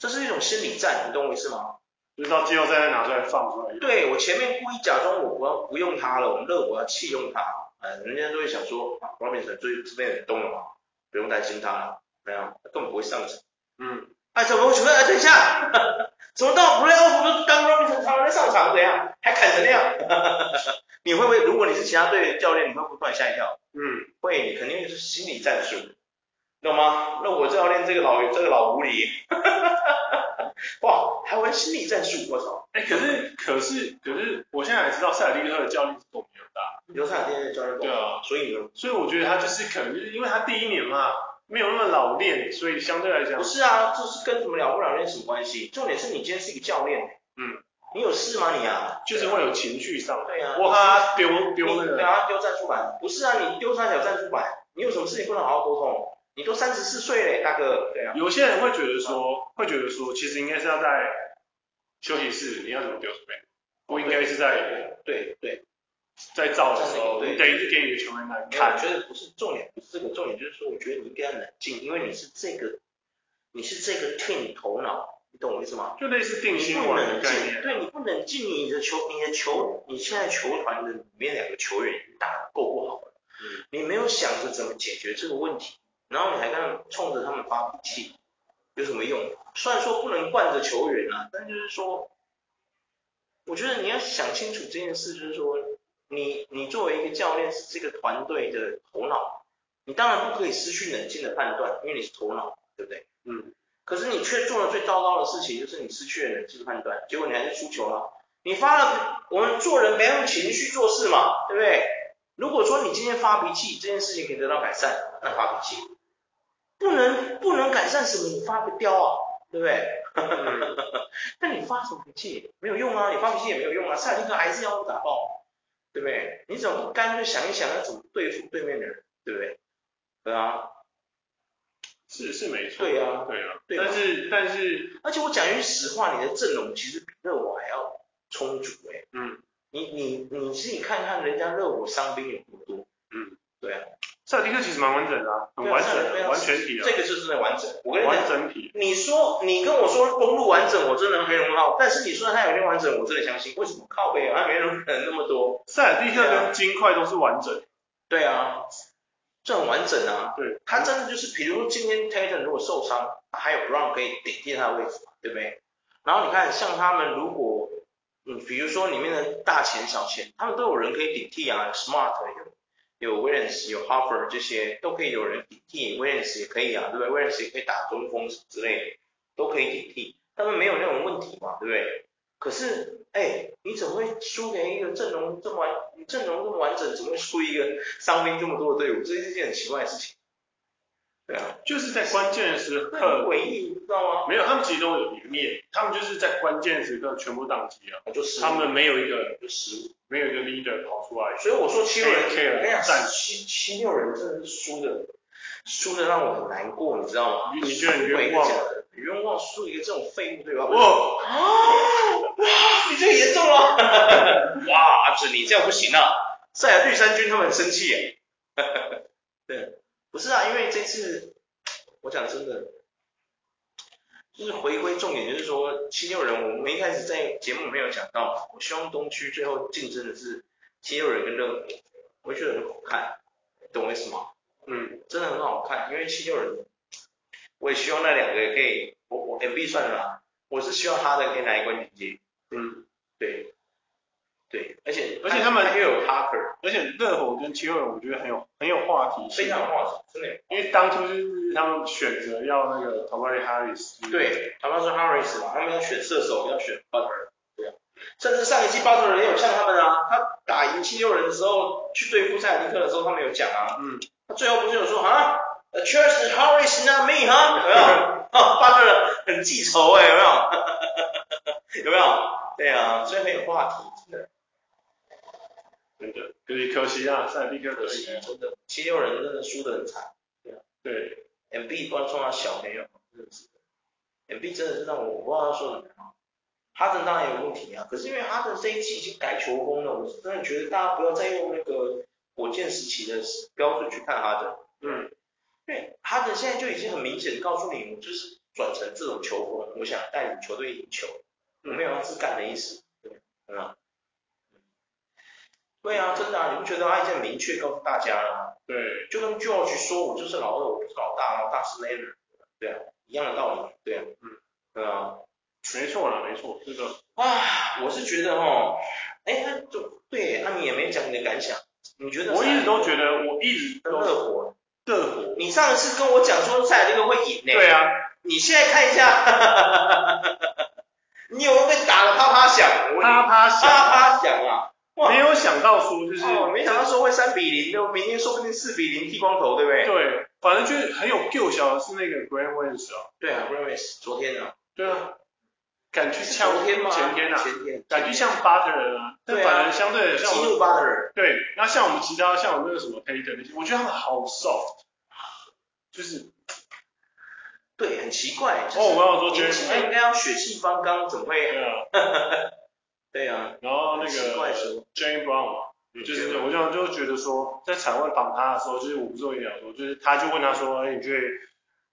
S1: 这是一种心理战，你懂我意思吗？
S2: 就是到季后赛再拿出来放出来，
S1: 对我前面故意假装我不要不用他了，我们热火要弃用他，呃，人家都会想说啊，Robinson 最这边冷冻了嘛，不用担心他了，没有，他根本不会上场。
S2: 嗯，
S1: 哎，怎么？我请问，哎，等一下，怎么到 playoff 都当 Robinson 常人上场这样，还砍成那样？ 你会不会？如果你是其他队的教练，你会不会突然吓一跳？
S2: 嗯，
S1: 会，你肯定是心理战术，懂吗？那我教练这个老这个老狐 狸，哇，还玩心理战术，我操！
S2: 哎，可是可是可是，我现在才知道萨蒂克的教练是跟我们一样大，
S1: 刘灿今天的教练
S2: 对
S1: 够，
S2: 啊，
S1: 所以呢，
S2: 所以我觉得他就是可能就是因为他第一年嘛，没有那么老练，所以相对来讲
S1: 不，是啊，这是跟什么了不了练什么关系？重点是你今天是一个教练，
S2: 嗯，
S1: 你有事吗你啊？
S2: 就是会有情绪上来，
S1: 对啊，
S2: 我怕他丢
S1: 你
S2: 丢那
S1: 对
S2: 个，
S1: 啊，丢战术板，不是啊，你丢三角战术板，你有什么事情不能好好沟通？你都三十四岁嘞，大哥，对啊，
S2: 有些人会觉得说，会觉得说，其实应该是要在休息室，你要怎么丢什么样，不应该是在
S1: 对对，
S2: 在造的时候，
S1: 对
S2: 你等于是给你的球员来
S1: 我
S2: 看，
S1: 觉得不是重点，不是这个重点，就是说，我觉得你应该要冷静，因为你是这个，你是这个 team 头脑，你懂我意思吗？
S2: 就类似
S1: 你
S2: 定心
S1: 不
S2: 丸的
S1: 冷
S2: 概
S1: 静，
S2: 念，
S1: 对，你不冷静，你的球，你的球，你现在球团的里面两个球员打得够不好了，
S2: 嗯
S1: 你没有想着怎么解决这个问题，然后你还跟他们冲着他们发脾气，有什么用？虽然说不能惯着球员啊，但就是说，我觉得你要想清楚这件事，就是说，你你作为一个教练是这个团队的头脑，你当然不可以失去冷静的判断，因为你是头脑，对不对？
S2: 嗯，
S1: 可是你却做了最糟糕的事情，就是你失去了冷静判断，结果你还是输球了。你发了，我们做人不要用情绪做事嘛，对不对？如果说你今天发脾气，这件事情可以得到改善，那你发脾气，不能不能改善什么，你发不掉啊，对不对？
S2: 嗯
S1: 那你发什么脾气没有用啊，你发脾气也没有用啊，塞尔蒂克还是要我打爆，对不对？你怎么不干脆想一想要怎么对付对面的人，对不对？对啊，
S2: 是是没错，
S1: 对啊
S2: 对啊，
S1: 对吧
S2: 但是但是，
S1: 而且我讲句实话，你的阵容其实比热火还要充足哎、
S2: 嗯，
S1: 你你你自己看看人家热火伤兵有多多，
S2: 嗯，
S1: 对啊，
S2: 赛迪克其实蛮完整的啊，很完整
S1: 对啊
S2: 的，完全体啊
S1: 这，个就是真的完整。我跟你
S2: 完
S1: 讲，
S2: 整体，
S1: 你说你跟我说公路完整，我真的黑龙浩，但是你说他有天完整，我真的相信。为什么靠北啊？没人人那么多。
S2: 塞尔蒂克跟金块都是完整，
S1: 对啊，这很完整啊。
S2: 对，
S1: 他真的就是，比如说今天 Tatum 如果受伤，还有 Brown 可以顶替他的位置嘛，对不对？然后你看，像他们如果，嗯，比如说里面的大前小前，他们都有人可以顶替啊，Smart 有有 Williams 有 Harper 这些都可以有人顶替，Williams 也可以啊，对不对？Williams 也可以打中锋之类的，都可以顶替，他们没有那种问题嘛，对不对？可是，哎，你怎么会输给一个阵容这么完，你阵容这么完整，怎么会输一个伤兵这么多的队伍？这是一件很奇怪的事情。对啊，
S2: 就是在关键时
S1: 那很
S2: 刻，
S1: 诡异，你知道吗？
S2: 没有，他们其实都有一面，他们就是在关键时刻全部宕机啊，
S1: 就失误
S2: 他们没有一个
S1: 就失误。
S2: 没有一个 leader 跑出来，
S1: 所以我说七六人，
S2: 可以了
S1: 我跟你讲
S2: 赞，
S1: 七七六人真的是输的，输的让我很难过，你知道吗？
S2: 你你觉得很冤
S1: 输给一个
S2: 枉
S1: 这样的冤枉输一个这种废物对吧？
S2: 哇，
S1: 啊！哇，你这个严重了！ 哇，阿志，你这样不行啊！塞尔绿衫军他们很生气耶。 对，不是啊，因为这次我讲真的，就是回归重点，就是说七六人，我们一开始在节目里面有讲到，我希望东区最后竞争的是七六人跟热火，我觉得很好看，懂我意思吗？
S2: 嗯，
S1: 真的很好看，因为七六人，我也希望那两个也可以，我我 MB 算了啦，我是希望哈登可以拿一冠军戒指，
S2: 嗯，
S1: 对，对，而且
S2: 而且他们
S1: 又有 Parker，
S2: 而且热火跟七六人我觉得很有很有话题性，
S1: 非常有话题，真的有。
S2: 因为当初就是他们选择要那个 t a m a r i Harris，
S1: 对，他们说 Harris 嘛，他们要选射手，要选 Butler，对啊。甚至上一季 Butler 也有像他们啊，他打赢七六人的时候，去对付塞尔蒂克的时候，他们有讲啊，
S2: 嗯，
S1: 他最后不是有说啊，The church is Harris not me 哈，有没有？啊，Butler 很记仇哎、有没有？有 没有？对啊，所以很有话题，真的，
S2: 真的，可是可惜啊，塞尔蒂克
S1: 可
S2: 可
S1: 惜
S2: 惜，
S1: 真的，七六人真的输得很惨
S2: 对，
S1: ，MB 不然说他小朋友，真的是，MB 真的是让我我不知道他说什么。啊哈登当然也有问题啊，可是因为哈登这一季已经改球风了，我是真的觉得大家不要再用那个火箭时期的标准去看哈登，
S2: 嗯，
S1: 因为哈登现在就已经很明显地告诉你，我就是转成这种球风，我想带领球队赢球，我没有要自干的意思，对嗯啊，对啊，真的啊，你不觉得他已经很明确告诉大家了吗？
S2: 对，
S1: 就跟 George 说我就是老二，我不是老大，老大是 Leonard，对啊，一样的道理，对啊，
S2: 嗯
S1: 嗯，对啊。
S2: 没错啦，没错，这个
S1: 啊，我是觉得哦，哎，那就对，那你也没讲你的感想，你觉得？
S2: 我一直都觉得，我一直
S1: 跟
S2: 都
S1: 热火，
S2: 热火，
S1: 你上一次跟我讲说塞尔蒂克会赢呢、
S2: 对啊，
S1: 你现在看一下， 你有没有被打的啪啪响？我
S2: 啪啪响，
S1: 啪啪响啊！哇
S2: 没有想到说就是
S1: 哦，没想到说会三比零，就明天说不定四比零剃光头，对不对？
S2: 对，反正就是很有 Q 小的是那个 Grant Williams 啊，
S1: 对啊 b r a m e s 昨天啊，
S2: 对啊，敢去呛
S1: 昨天吗？
S2: 前天啊，
S1: 前天，
S2: 敢去呛 Butler 人啊，但
S1: 对啊
S2: 反而相对的像
S1: 激
S2: 我们
S1: 怒巴特尔，
S2: 对，那像我们其他像我那个什么 Tater 那些，我觉得他们好 soft，就是
S1: 对，很奇怪。就是
S2: 哦，我刚刚说
S1: 年
S2: James，
S1: 轻人应该要血气方刚，怎么会？
S2: 对啊，
S1: 对啊，
S2: 然后那
S1: 奇怪什
S2: 个 Jane Brown 嘛，就是我想就觉得说，在场外绑他的时候，就是我不是有跟你讲说，就是他就问他说，哎，你觉得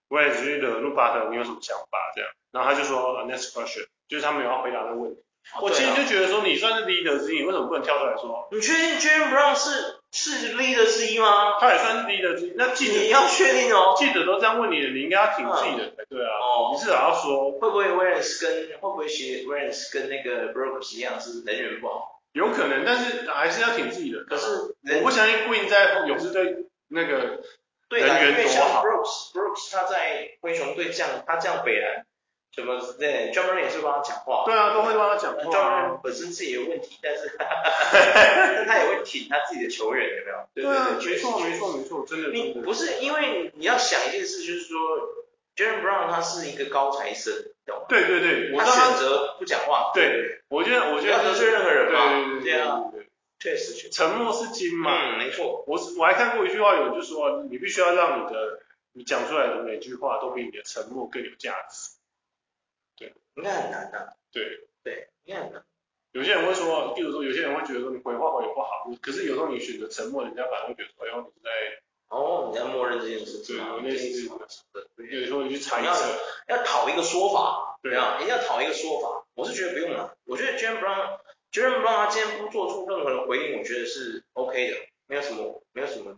S2: 我也觉得路巴特，你有什么想法这样？然后他就说呃 next question，就是他没有要回答的问题。我今
S1: 对啊
S2: 天就觉得说，你算是 leader 之一，你为什么不能跳出来说？
S1: 你确定 j a m Brown 是是 leader 之一吗？
S2: 他也算是 leader 之一，那记
S1: 你
S2: 者
S1: 要确定哦。
S2: 记者都这样问你了，你应该要挺自己的才对啊。
S1: 哦
S2: 你至少要说，
S1: 会不会 Williams 跟会不会学 Williams 跟那个 Brooks 一样是人缘不好？
S2: 有可能，但是还是要挺自己的。
S1: 可是
S2: 我
S1: 人
S2: 不相信 Queen 在勇士队那个，
S1: 对啦，
S2: 人缘
S1: 因为像
S2: 多好
S1: Brooks Brooks 他在灰熊队这样他这样北来，什么对 j a m Brown 也是帮他讲话。
S2: 对啊，都会帮他讲
S1: j a m
S2: 话啊。
S1: Brown 本身自己有问题，但 是 但他也会挺他自己的球员，有没有？对
S2: 啊，
S1: 对对，
S2: 没错
S1: 确实
S2: 没错没错，真的
S1: 你
S2: 真的。
S1: 不是因为你要想一件事，就是说 j e r e m Brown 他是一个高材生，懂吗？
S2: 对对对，我
S1: 他
S2: 知道
S1: 选
S2: 他，
S1: 择不讲话，
S2: 对，我觉得我
S1: 不
S2: 觉
S1: 要
S2: 得
S1: 得
S2: 就
S1: 罪
S2: 是
S1: 任何人嘛，
S2: 对对
S1: 对啊，
S2: 对，
S1: 确实确实，
S2: 沉默是金嘛。
S1: 嗯，没错，
S2: 我是我还看过一句话，有人就说，你必须要让你的你讲出来的每句话都比你的沉默更有价值。
S1: 应该很难的，
S2: 对，
S1: 对，应该很难，
S2: 有些人会说，比如说有些人会觉得说你鬼话我也不好，可是有时候你选择沉默，人家反而会觉得说，哎呦你是在，
S1: 哦，你在默认这件事情啊，
S2: 嗯对类似
S1: 这件事
S2: 有时候你去猜
S1: 要
S2: 测，
S1: 要讨一个说法，
S2: 对
S1: 啊，一定要讨一个说法，我是觉得不用了，我觉得 j e r e m Brown。j e r e m Brown 他今天不做出任何的回应，我觉得是 OK 的，没有什么，没有什么，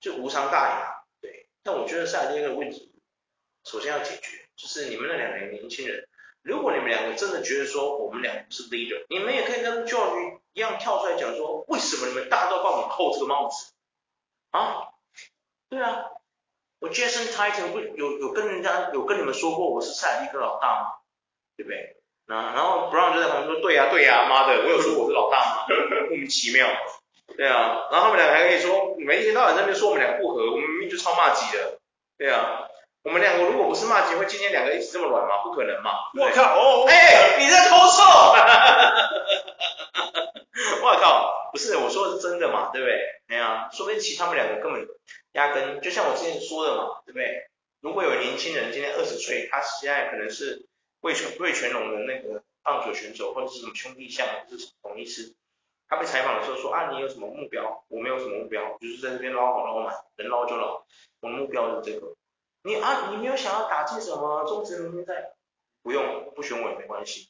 S1: 就无伤大雅。对，但我觉得塞尔蒂克的问题首先要解决，就是你们那两个年轻人，如果你们两个真的觉得说我们两个不是 leader，你们也可以跟 George 一样跳出来讲说，为什么你们大到帮我扣这个帽子啊？对啊，我 Jason Titan 不有有跟人家有跟你们说过我是塞尔蒂克老大吗？对不对？那然后 Brown 就在旁边说，对呀、对呀、妈的，我有说我是老大吗？ 莫名其妙。对啊，然后他们两个还可以说，你们一天到晚在那边说我们俩不和，我们明明就超骂级的。对啊，我们两个如果不是骂级，会今天两个一起这么软吗？不可能嘛。对
S2: 我
S1: 不对，
S2: 靠哦，哦
S1: 哎、你在偷臭！ 我靠，不是，我说的是真的嘛，对不对？哎呀、说不定其实他们两个根本压根，就像我之前说的嘛，对不对？如果有年轻人今年二十岁，他现在可能是魏全魏全龙的那个棒球选手，或者是什么兄弟象，或者是同一师，他被采访的时候说啊，你有什么目标？我没有什么目标，就是在这边捞好捞满，能捞就捞。我的目标是这个。你啊，你没有想要打进什么中职明星赛？不用不选我也没关系，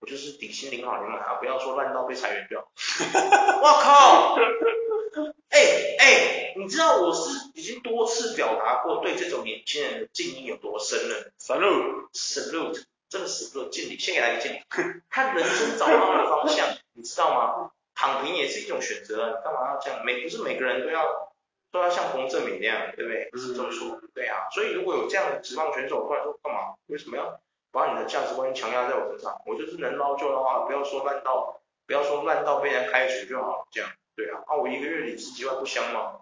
S1: 我就是底薪领好，你们还不要说烂到被裁员掉。我靠！哎、哎、你知道我是已经多次表达过对这种年轻人的敬意有多深了。
S2: 三路，
S1: salute，真的 salute，敬礼，先给他一个敬礼。 他人生找到了方向，你知道吗？躺平也是一种选择啊，你干嘛要这样？每不是每个人都要都要像洪正明那样，对不对？不是这么说，对啊。所以如果有这样的职棒选手过来说干嘛？为什么要把你的价值观强压在我身上？我就是能捞就捞啊，不要说烂到不要说烂到被人开除就好了，这样对啊。啊，我一个月领十几万不香吗？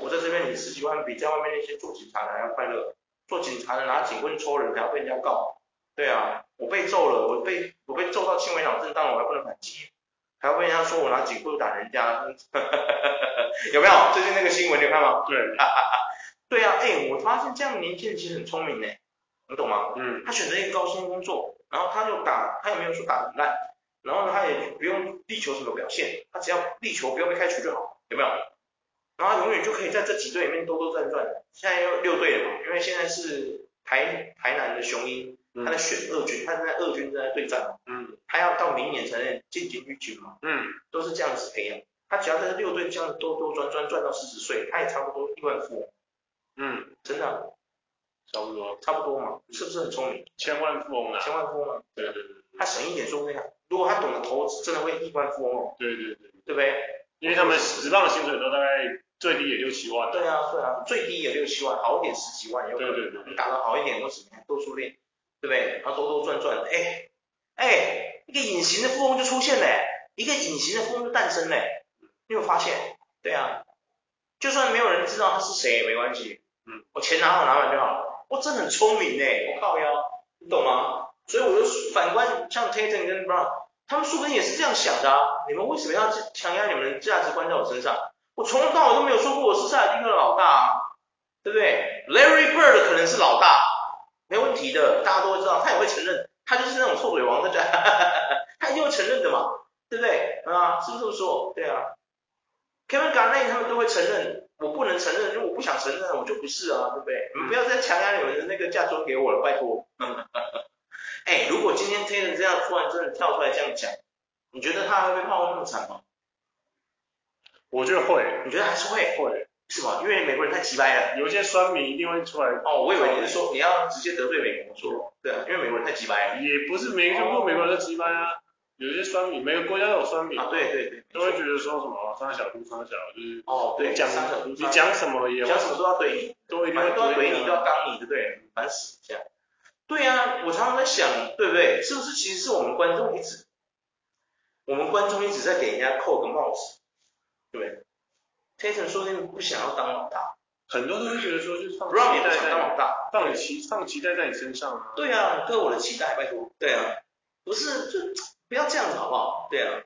S1: 我在这边领十几万比在外面那些做警察的还要快乐。做警察的拿警棍抽人，还要被人家告。对啊，我被揍了，我被我被揍到轻微脑震荡，我还不能反击，还要被人家说我拿警棍打人家， 有没有？最近那个新闻你有看吗？
S2: 对，
S1: 对啊，哎、我发现这样的年轻人其实很聪明呢，你懂吗？
S2: 嗯，
S1: 他选择一个高薪工作，然后他就打，他也没有说打得很烂，然后呢，他也不用力求什么表现，他只要力求不要被开除就好，有没有？然后他永远就可以在这几队里面兜兜转转。现在又六队了嘛，因为现在是台台南的雄鹰，他在选二军，他正在二军正在对战嘛，
S2: 嗯
S1: 他要到明年才能进进预军嘛，
S2: 嗯，
S1: 都是这样子培养。他只要在这六队这样兜兜转转转到四十岁，他也差不多亿万富翁，
S2: 嗯，
S1: 真的啊
S2: 差不多，
S1: 差不多嘛，是不是很聪明？
S2: 千万富翁啦，
S1: 千万富翁啊！
S2: 对对对
S1: 他省一点说不定啊，如果他懂得投资，真的会亿万富翁哦，
S2: 对对对，
S1: 对不对？
S2: 因为他们职棒的薪水都大概最低也六七万，
S1: 对啊，对啊，最低也六七万，好一点十几万也有可
S2: 对
S1: 能。
S2: 对对，
S1: 你打得好一点，或什么多出练，对不对？然后兜兜转转，哎哎，一个隐形的富翁就出现了，一个隐形的富翁就诞生了，你有没有发现？对啊，就算没有人知道他是谁也没关系，
S2: 嗯，
S1: 我钱拿好拿满就好了。我真的很聪明呢，我靠腰，你懂吗？所以我就反观像 Tatum 跟 Brown，他们说不定也是这样想的啊。你们为什么要强压你们的价值观在我身上？我从头到尾都没有说过我是塞尔蒂克的老大、啊，对不对？Larry Bird 可能是老大，没问题的，大家都会知道，他也会承认，他就是那种臭嘴王，他就 他一定会承认的嘛，对不对？啊，是不是这么说？对啊，Kevin Garnett 他们都会承认，我不能承认，因为我不想承认，我就不是啊，对不对？你们不要再强压你们的那个价值观给我了，拜托。 哎，如果今天 Taylor 这样突然真的跳出来这样讲，你觉得他还会被炮轰那么惨吗？
S2: 我觉得会
S1: 你觉得还是会？
S2: 会，
S1: 是吗？因为美国人太急掰了。
S2: 有一些酸民一定会出来，
S1: 哦，我以为你是说你要直接得罪美国，我说对啊，因为美国人太鸡掰了
S2: 也不是每个全部美国人都鸡掰啊，有一些酸民，每个国家都有酸民
S1: 啊，，对对对，
S2: 都会觉得说什么上小猪上小，就是
S1: 哦对，
S2: 讲
S1: 三角
S2: 你讲什么
S1: 你
S2: 也会
S1: 讲什么都要怼你，
S2: 都一定
S1: 反
S2: 会
S1: 正都要怼你，都
S2: 的
S1: 要刚你，对不对？烦死这样。对啊，我常常在想，对不对？是不是其实是我们观众一直，我们观众一直在给人家扣个帽子，对不对？Tatum 说那个不想要当老大
S2: 很多都会觉得说就是放期
S1: ，Brown 也不
S2: 待
S1: 想当
S2: 在
S1: 老大，
S2: 放你期放期待在你身上啊，
S1: 对啊，对我的期待，拜托。对啊，不是，就不要这样子好不好？对啊，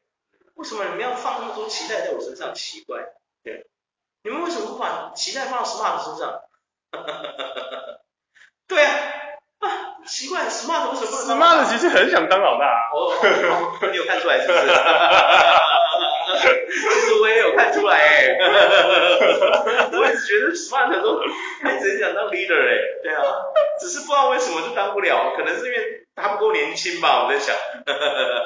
S1: 为什么你们要放那么多期待在我身上？奇怪，对，你们为什么不把期待放到 Smart 身 上？对啊，啊，奇怪，Smart 为什么不
S2: 死
S1: 能当
S2: 妈的，其实很想当老大，
S1: 哦， 哦哦你有看出来是 不是？其实我也有看出来哎、 我也觉得 smart 都他一直很想当 leader 哎、对啊，只是不知道为什么就当不了，可能是因为他不够年轻吧，我在想。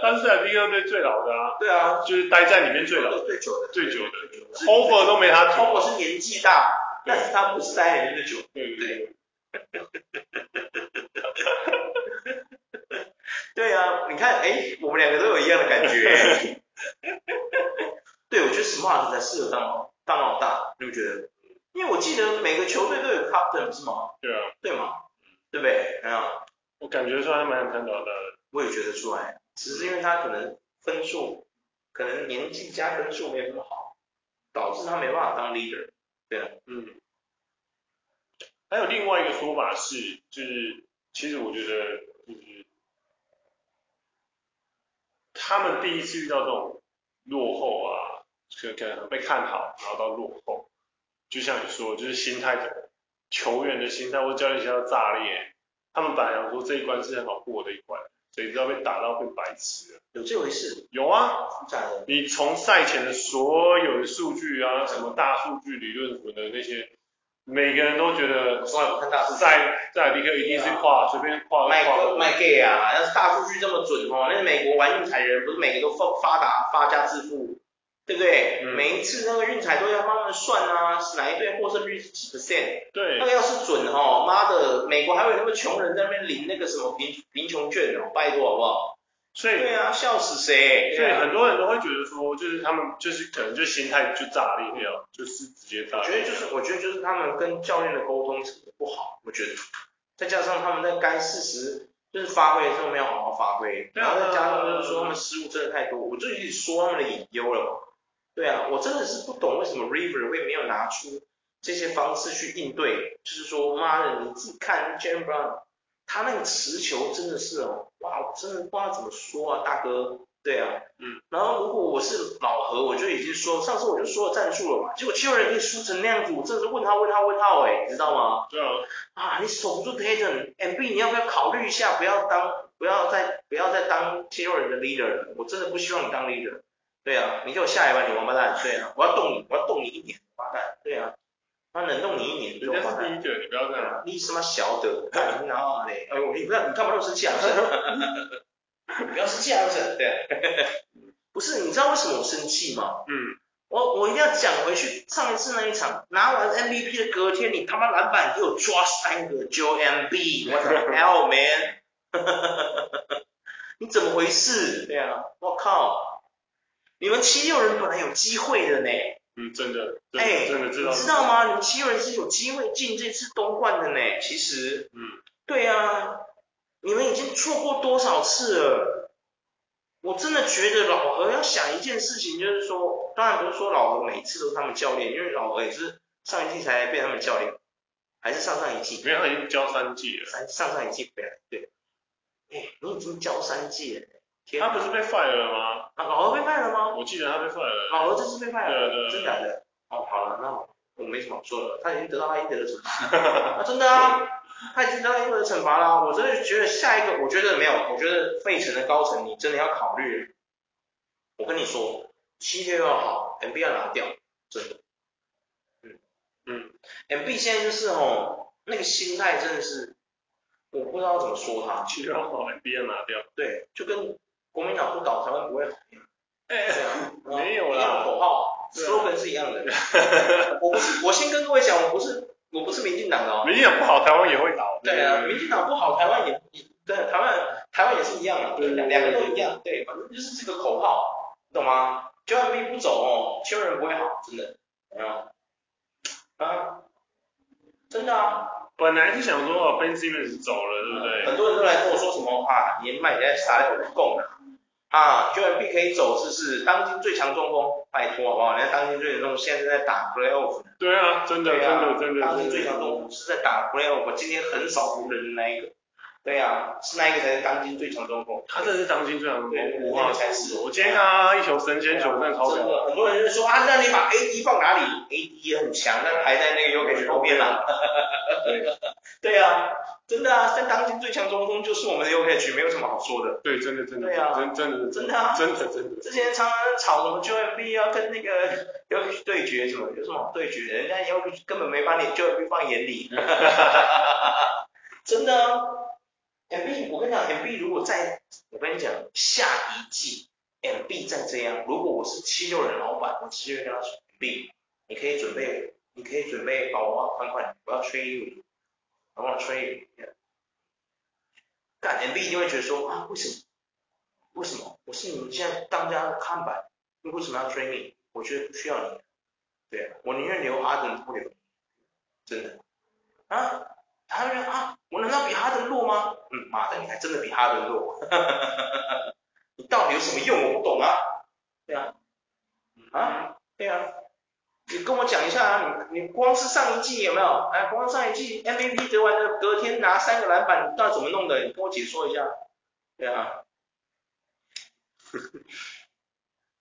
S2: 但是在 B 二队最老的啊，
S1: 对啊，
S2: 就是待在里面最老、
S1: 最久的，
S2: 最久的
S1: 最久的
S2: o v e r 都没他
S1: 通
S2: 久。
S1: 过是年纪大，但是他不是待人的久。
S2: 对对对，
S1: 对啊，你看，哎，我们两个都有一样的感觉。 对，我觉得 Smart 才适合当老当老大，你们觉得？因为我记得每个球队都有 captain 不是吗？
S2: 对啊，
S1: 对吗？对不对？哎呀，
S2: 我感觉说还蛮想当老大的，
S1: 我也觉得出来，只是因为他可能分数，可能年纪加分数没有那么好，导致他没办法当 leader。
S2: 嗯。还有另外一个说法是，就是其实我觉得就是他们第一次遇到这种落后啊，可可能被看好，然后到落后，就像你说，就是心态可能球员的心态或教练心态炸裂，他们本来想说这一关是很好过的一关，谁知道被打到变白痴了。
S1: 有这回事？
S2: 有啊，
S1: 假的？
S2: 你从赛前的所有的数据啊，什么大数据理论什么的那些，每个人都觉得
S1: 我从来不看大数据。
S2: 在在比克一定是跨，随便跨
S1: 啊卖
S2: 跨
S1: 个
S2: 国。
S1: 卖 gay 啊，要是大数据这么准哦，那美国玩运彩人不是每个都发发达发家致富，对不对？
S2: 嗯
S1: 每一次那个运彩都要帮他们算啊，是哪一队获胜率是几 percent，
S2: 对
S1: 那，个要是准哦，妈的，美国还有那个穷人在那边领那个什么贫贫穷券哦，拜托好不好？
S2: 所以
S1: 对啊，笑死谁？
S2: 所以
S1: 对啊
S2: 很多人都会觉得说，就是他们就是可能就心态就炸裂掉，就是直接炸
S1: 我觉
S2: 裂。
S1: 得就是，我觉得就是他们跟教练的沟通不好，我觉得，再加上他们在该适时就是发挥的时候没有好好发挥，
S2: 对
S1: 然
S2: 啊
S1: 后再加上就是说他们失误真的太多，我就一直说他们的隐忧了嘛。对啊，我真的是不懂为什么 River 会没有拿出这些方式去应对，就是说妈的，你自己看 j a m Brown，他那个持球真的是哦，哇，我真的不知道怎么说啊，大哥。对啊，
S2: 嗯，
S1: 然后如果我是老何，我就已经说，上次我就说了战术了嘛，结果七六人可以输成那样子，我真的是问他问他问号哎、你知道吗？
S2: 对啊，
S1: 啊，你守不住 Tatum，MB 你要不要考虑一下，不要当不要再不要再当七六人的 leader 了，我真的不希望你当 leader。对啊，你给我下一把你王八蛋，对啊，我要动你，我要动你一年，王八蛋，对啊，他冷冻你一年，
S2: 人
S1: 王
S2: 家
S1: 八
S2: 是
S1: 蛋。
S2: 第一个，你不要这样。
S1: 你什么晓得？干你哪嘞？哎呦，你不要，你干嘛那么生气啊？你 不要生气啊， 不是？对。不是，你知道为什么我生气吗？
S2: 嗯，
S1: 我我一定要讲回去上一次那一场，拿完 MVP 的隔天，你他妈篮板给我抓三个 Joe MB，我的 L man，你怎么回事？对啊，我靠，你们七六人本来有机会的呢，
S2: 嗯，真的，真
S1: 哎
S2: 的真的知道
S1: 你知道吗？你们七六人是有机会进这次东冠的呢，其实。
S2: 嗯，
S1: 对啊，你们已经错过多少次了？我真的觉得老何要想一件事情，就是说，当然不是说老何每次都是他们教练，因为老何也是上一季才变他们教练，还是上上一季，
S2: 因为他已经教三季了，
S1: 上上上一季回来，对。哎，你已经教三季了，天
S2: 他
S1: 啊！
S2: 不是被 fire 了吗？
S1: 啊老何被卖了吗？
S2: 我记得他被 fire 了。
S1: 老何这次被卖了，
S2: 对对
S1: 真
S2: 对
S1: 假的？哦，好了，那我没什么好说的，他已经得到他应得的惩罚。啊，真的啊，他已经得到英国的惩罚啦。我真的觉得下一个，我觉得没有，我觉得费城的高层你真的要考虑。我跟你说，七六要好，MB 要拿掉，真的。嗯
S2: 嗯
S1: ，MB 现在就是哦，那个心态真的是，我不知道怎么说他。
S2: 去掉好 NBA 拿掉。
S1: 对，就跟国民党不搞台湾不会好一样，
S2: 哎
S1: 这，样
S2: 没有
S1: 啊一样的
S2: 啦，
S1: 口号
S2: 对啊
S1: ，slogan 是一样 的。我不是，我先跟各位讲，我不是，我不是民进党的哦。
S2: 民进党不好，台湾也会倒。
S1: 对啊，民进党不好，台湾也也对，台湾台湾也是一样啊，
S2: 对
S1: 两两个都一样，对，反正就是这个口号，你懂吗？九万兵不走哦，千人不会好，真的，有没有？啊，真的啊，
S2: 本来是想说哦 Ben Simmons 走了，对不对？
S1: 很多人都来跟我说什么啊，年迈人家傻了，我不供了。啊，九万兵可以走，是不是当今最强中锋？拜托好不好？人家当今最强中锋现在正在打 playoff，呢
S2: 对啊，真的
S1: 对
S2: 真
S1: 啊
S2: 的，真的
S1: 当
S2: 真
S1: 今最
S2: 的。
S1: 强中锋是在打 playoff，今天很少湖人的那一个，对啊，是那一个才是当今最强中锋。
S2: 他真的是当今最强的
S1: 对
S2: 中国啊！
S1: 才是
S2: 我今天看他一球神仙球，真的超
S1: 真
S2: 屌。
S1: 的，很多人就说啊，那你把 AD 放哪里？AD 也很强，但排在那个 UK 后面啦。啊 对啊，真的啊，在当今最强中锋就是我们的 UK，没有什么好说的。
S2: 对，真的真的，
S1: 对啊
S2: 真真的
S1: 真的啊
S2: 真的真的，
S1: 之前常常吵什么 JMB 要跟那个 UK 对决什么，有什么好对决？人家 UK 根本没把你 JMB 放眼里。 真的啊，MB，我跟你讲，MB 如果再，我跟你讲，下一季 MB 再这样，如果我是七六人老板，我直接跟他说，MB，你可以准备，你可以准备把我还款，我要 trade you，我要 trade you。干 MB 一定会觉得说啊，为什么？为什么？我是你们现在当家的看板，你为什么要 trade me？我觉得不需要你。对啊，我宁愿留阿登不留你，真的。啊，他们觉得啊，我难道比哈登弱吗？嗯，妈的，你还真的比哈登弱， 你到底有什么用？我不懂啊。对啊，啊，对啊，你跟我讲一下啊，你你光是上一季有没有？哎，光上一季 MVP 得完的隔天拿三个篮板，你到底怎么弄的？你跟我解说一下。对啊，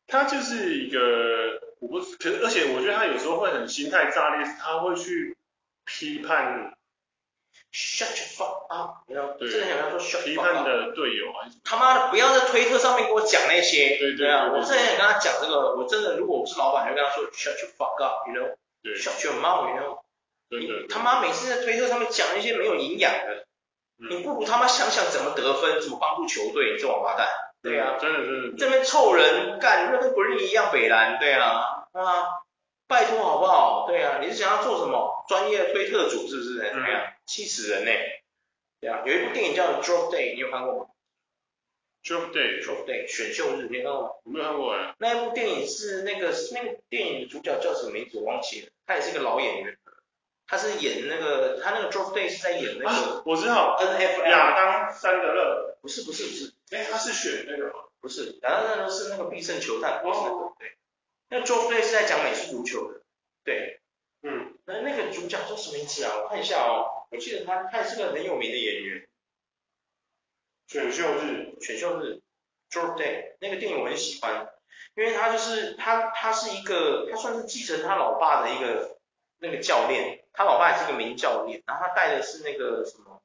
S2: 他就是一个，我不，可是而且我觉得他有时候会很心态炸裂，是他会去批判
S1: shut your fuck up，你知啊道，
S2: 对
S1: 真的很难说 shut
S2: 批
S1: your fuck
S2: 判
S1: up。
S2: 的队友啊，
S1: 他妈的不要在推特上面给我讲那些。
S2: 对对
S1: 啊，
S2: 对对
S1: 我之前也跟他讲这个，我真的如果我是老板，就跟他说 shut your fuck up，you know，
S2: 对
S1: shut your mouth，you know，
S2: 对对
S1: 你他妈每次在推特上面讲一些没有营养的，你
S2: 嗯
S1: 不如他妈想想怎么得分，怎么帮助球队，你这王八蛋。对啊，
S2: 真的真的
S1: 这边凑人干，那跟 Green 一样北蓝，对啊，啊，拜托好不好？对啊，你是想要做什么？专业的推特主是不是？
S2: 嗯
S1: 哎呀，气死人呢、对啊，有一部电影叫《Drop Day》，你有看过吗
S2: Drop Day
S1: ？Drop Day 选秀日，你有看过吗？
S2: 我没有看过哎，
S1: 那一部电影是那个那个电影主角叫什么名字我忘记了，他也是个老演员，他是演那个他那个 Drop Day 是在演那个
S2: 啊我知道
S1: NFL，、
S2: 亚当桑德勒，
S1: 不是不是不是
S2: 哎他是选那个吗
S1: 不是，然后那个是那个必胜球探，不是那个对，那 Drop Day 是在讲美式足球的，对，
S2: 嗯
S1: 那那个主角叫什么名字啊？我看一下哦，我记得他，他也是个很有名的演员，
S2: 选秀日
S1: 选秀日 Drop Day 那个电影我很喜欢，因为他就是他他是一个他算是继承他老爸的一个那个教练，他老爸也是个名教练，然后他带的是那个什么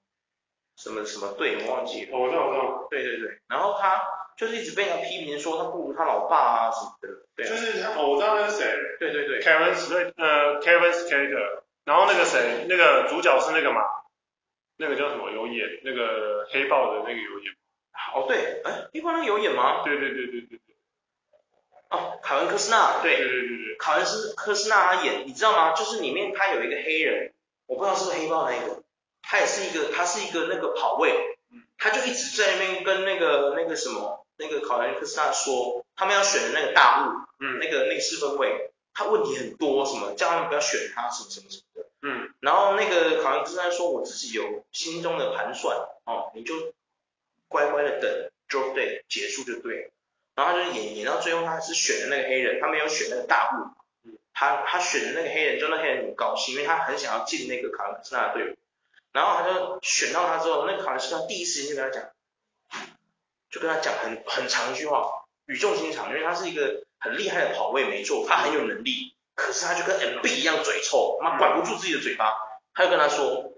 S1: 什么什么队，我忘记了。
S2: 哦我知道我知道
S1: 对对对，然后他就是一直被他批评说他不如他老爸啊什么的。对
S2: 就
S1: 啊，
S2: 是他哦我知道那是谁
S1: 对对对，
S2: Kevin Slate 呃 Kevin Slater，然后那个谁那个主角是那个嘛那个叫什么有演那个黑豹的那个有演
S1: 哦对，哎，一般人有演吗？
S2: 对对对对对
S1: 哦，凯文·科斯纳，对
S2: 对。对对对，
S1: 考恩斯科斯纳他演，你知道吗？就是里面他有一个黑人，我不知道是不是黑豹那一个，他也是一个，他是一个那个跑位
S2: 嗯，
S1: 他就一直在那边跟那个那个什么那个考恩科斯纳说，他们要选的那个大物，
S2: 嗯
S1: 那个那个四分位，他问题很多，什么叫他们不要选他，什么什么什么的。
S2: 嗯
S1: 然后那个考恩科斯纳说，我自己有心中的盘算，哦，你就乖乖的等 drop day 结束就对了。然后他就演演到最后，他是选的那个黑人，他没有选那个大物。他他选的那个黑人，就那黑人很高兴，因为他很想要进那个卡文斯纳的队伍。然后他就选到他之后，那个卡文斯纳第一时间就跟他讲，就跟他讲很很长一句话，语重心长，因为他是一个很厉害的跑位，没错，他很有能力，可是他就跟 MB 一样嘴臭，妈管不住自己的嘴巴。他就跟他说，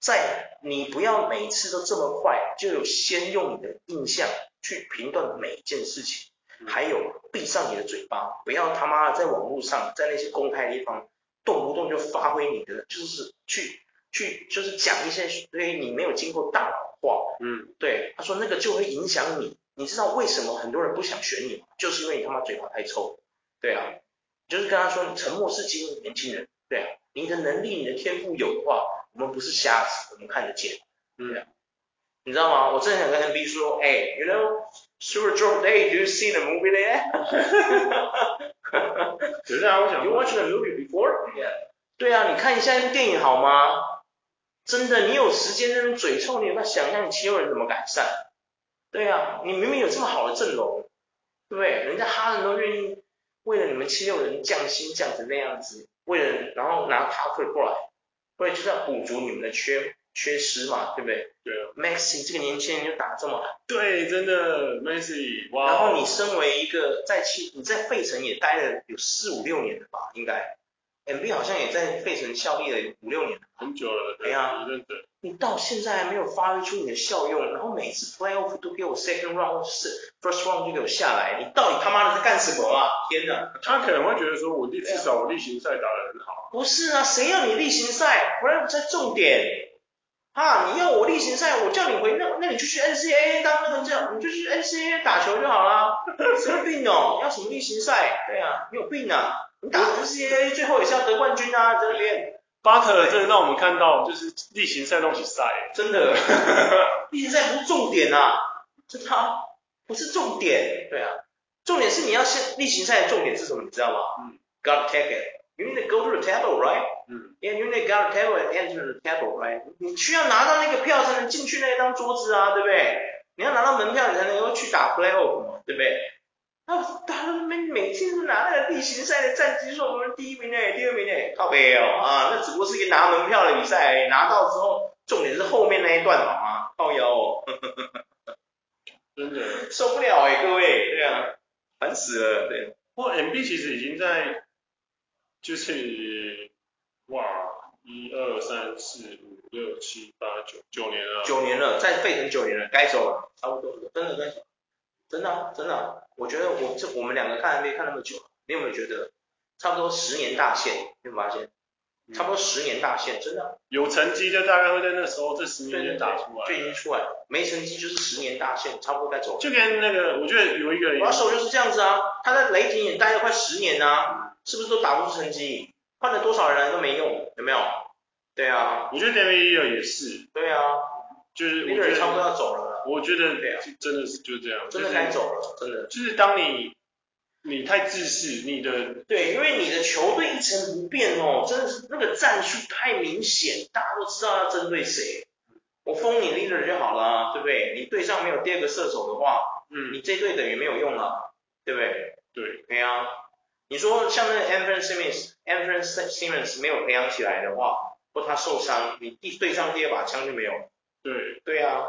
S1: 在你不要每次都这么快，就有先用你的印象去评断每一件事情。还有闭上你的嘴巴，不要他妈的在网络上，在那些公开的地方，动不动就发挥你的，就是去去就是讲一些对你没有经过大脑的话。
S2: 嗯
S1: 对，他说那个就会影响你。你知道为什么很多人不想选你吗？就是因为你他妈嘴巴太臭。对啊，就是跟他说你沉默是金的年轻人。对啊，你的能力、你的天赋有的话，我们不是瞎子，我们看得见。
S2: 嗯
S1: 你知道吗？我真的想跟 NB 说，哎、y o u know, Super Drop Day, do 哎 you see the movie there?
S2: 只是啊我想
S1: you
S2: 说
S1: watch the movie before? Yeah. 对啊，你看一下那部电影好吗？真的，你有时间在那边嘴臭，你有没有想象你七六人怎么改善？对啊，你明明有这么好的阵容，对不对？人家哈人都愿意为了你们七六人降薪降成那样子，为了然后拿帕克过来，为了就是要补足你们的缺缺失嘛，对不对？
S2: 对啊
S1: Maxi 这个年轻人就打这么好，
S2: 对真的 Messi 哇，
S1: 然后你身为一个在七你在费城也待了有四五六年了吧，应该，MB 好像也在费城效力了有五六年了，
S2: 很久了，
S1: 对啊
S2: 一阵子，
S1: 你到现在还没有发挥出你的效用，然后每一次 playoff 都给我 second round 或者是 first round 就给我下来，你到底他妈的在干什么啊？天哪，
S2: 他可能会觉得说我力至少我例行赛打得很好，
S1: 不是啊，谁要你例行赛？不然不在重点。啊！你要我例行赛，我叫你回那，那你就去 NCAA 当那个这样，你就去 NCAA 打球就好啦。神经病哦， 要什么例行赛？对啊，你有病啊！你打 NCAA 最后也是要得冠军啊，在那边
S2: 巴特尔真的让我们看到就是例行赛弄起赛，
S1: 真的， 例行赛不是重点啊，真的啊不是重点，对啊，重点是你要先例行赛的重点是什么，你知道吗？
S2: 嗯
S1: g o t take it，you need to go to the table right。
S2: 嗯，
S1: 因为 you need to go to the table and enter the table, right？你需要拿到那个票才能进去那张桌子啊，对不对？你要拿到门票，你才能够去打 playoff 嘛，对不对？那他们每每次都拿那个例行赛的战绩说我们第一名诶，第二名诶，靠北哦啊，那只不过是一个拿门票的比赛而已，拿到之后，重点是后面那一段好吗？靠腰哦，嗯
S2: 真的。
S1: 受不了诶，各位，对啊，烦死了，对，
S2: 不过 MB 其实已经在就是哇，一二三四五六七八九九年了，
S1: 九年了，在费城九年了，该走了，差不多了，真的该走了，真的啊、真的啊、我觉得我这我们两个看还没看那么久，你有没有觉得差不多十年大限？你有没有发现？差不多十年大限，真的啊
S2: 有成绩就大概会在那时候这十
S1: 对
S2: 年
S1: 对对
S2: 间打出
S1: 就已
S2: 来，
S1: 经出来了，没成绩就是十年大限，差不多该走了。
S2: 就跟那个我觉得有一个
S1: 把手就是这样子啊，他在雷霆也待了快十年啊，是不是都打不出成绩？换了多少人来都没用，有没有？对啊，
S2: 我觉得 d a v i d 也是，
S1: 对啊，
S2: 就是
S1: 利
S2: 我觉
S1: 德也差不多
S2: 得
S1: 要走了啦，
S2: 我觉
S1: 对
S2: 得
S1: 啊
S2: 真的是就这样，
S1: 真的该走了，真的。
S2: 就是当你你太自私，你的
S1: 对，因为你的球队一成不变哦，真的是那个战术太明显，大家都知道要针对谁。我封你 leader 就好了啊，对不对？你队上没有第二个射手的话，
S2: 嗯
S1: 你这队等于没有用了，对不对？
S2: 对
S1: 对啊，你说像那个 Anthony Simmons，Anthony Simmons 没有培养起来的话，或他受伤，你第对上第二把枪就没有。
S2: 对
S1: 对啊，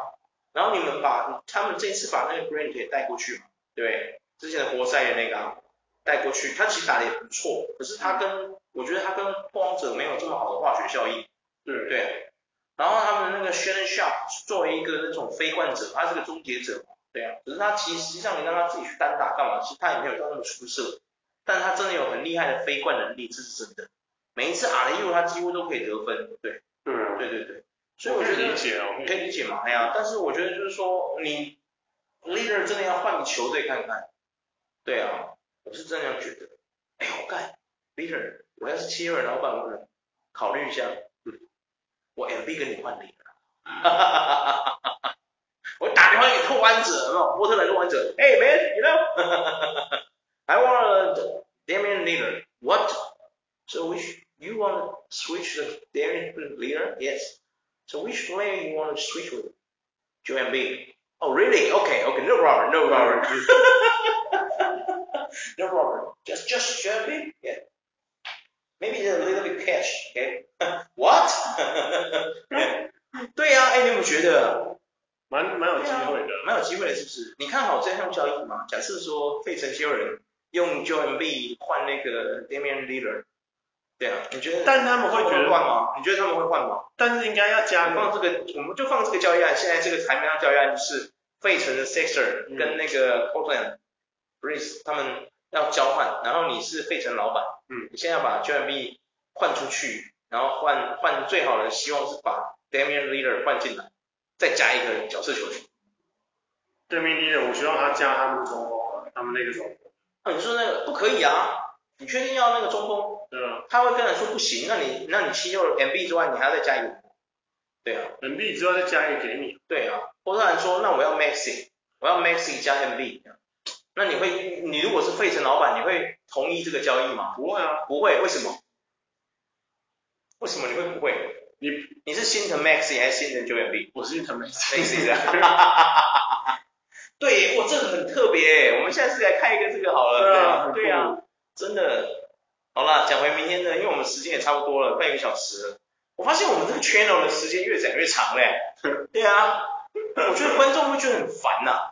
S1: 然后你们把他们这次把那个 Grant 也带过去嘛，对，之前的活塞的那个、啊、带过去，他其实打的也不错，可是他跟我觉得他跟拓荒者没有这么好的化学效应。
S2: 对
S1: 对，然后他们那个 Shannon Sharp 作为一个那种非冠者，他是个终结者嘛，对啊，可是他其实实际上你让他自己去单打干嘛？其实他也没有到那么出色，但他真的有很厉害的非冠能力，这是真的。每一次 RU 他几乎都可以得分，对，
S2: 对啊，
S1: 对对对，所以
S2: 我
S1: 我
S2: 可
S1: 觉
S2: 以理
S1: 得
S2: 解哦，我可
S1: 可
S2: 以理解
S1: 以理解嘛，哎呀，但是我觉得就是说你 leader 真的要换个球队看看，对啊，我是真的这样觉得。哎呦，干 leader，我要是七月老板，我可能考虑一下，嗯，我 MB 跟你换 leader，我打电话给拓安者，有没有波特兰拓安者，哎、没 m a n y o u know，I want a Damian leader. What? So which you want to switch the Damian leader? Yes. So which player you want to switch with? Joe Embiid. Oh really? Okay, okay, no problem, no problem. no problem. Just just Joe Embiid? Yeah. Maybe a little bit cash, okay? what? 对呀、哎，你有没有觉得
S2: 蛮蛮有机会的，
S1: 蛮有机会的，是不是？你看好这项交易吗？假设说费城修人用 Joe Embiid 换那个 Damian l i l l a r 对啊，你觉得？
S2: 但他们会
S1: 他
S2: 觉
S1: 们
S2: 得
S1: 会换吗？你觉得他们会换吗？
S2: 但是应该要
S1: 我
S2: 加哦
S1: 们
S2: 入
S1: 放这个，我们就放这个交易案。现在这个台面上交易案是费城的 Sixer
S2: 嗯
S1: 跟那个 Portland Breeze 他们要交换，然后你是费城老板，
S2: 嗯，
S1: 你现在要把 JMB 换出去，然后换换最好的希望是把 Damian l e a d e r 换进来，再加一个角色球员。
S2: 对面敌人，我希望他加他们的中锋啊，他们那个中锋，
S1: 啊，你说那个不可以啊？你确定要那个中锋？
S2: 对啊，
S1: 他会跟你说不行，那你那你七六 MB 之外，你还要再加一个，对啊。
S2: 本币之后再加一个给你，
S1: 对啊，波特兰说那我要 Maxi，我要 Maxi 加 MB，那你会你如果是费城老板，你会同意这个交易吗？
S2: 不会啊，
S1: 不会，为什么？为什么你会不会？
S2: 你
S1: 你是心疼 Maxi 还是心疼 Joel B？
S2: 我是一藤美
S1: 类似这样。
S2: 啊
S1: 对，我这个很特别耶，我们下次来看一个这个好
S2: 对
S1: 了。
S2: 啊
S1: 对啊，真的。好啦，讲回明天的，因为我们时间也差不多了，快一个小时了。我发现我们这个 channel 的时间越讲越长嘞。 对啊，我觉得观众会觉得很烦呐、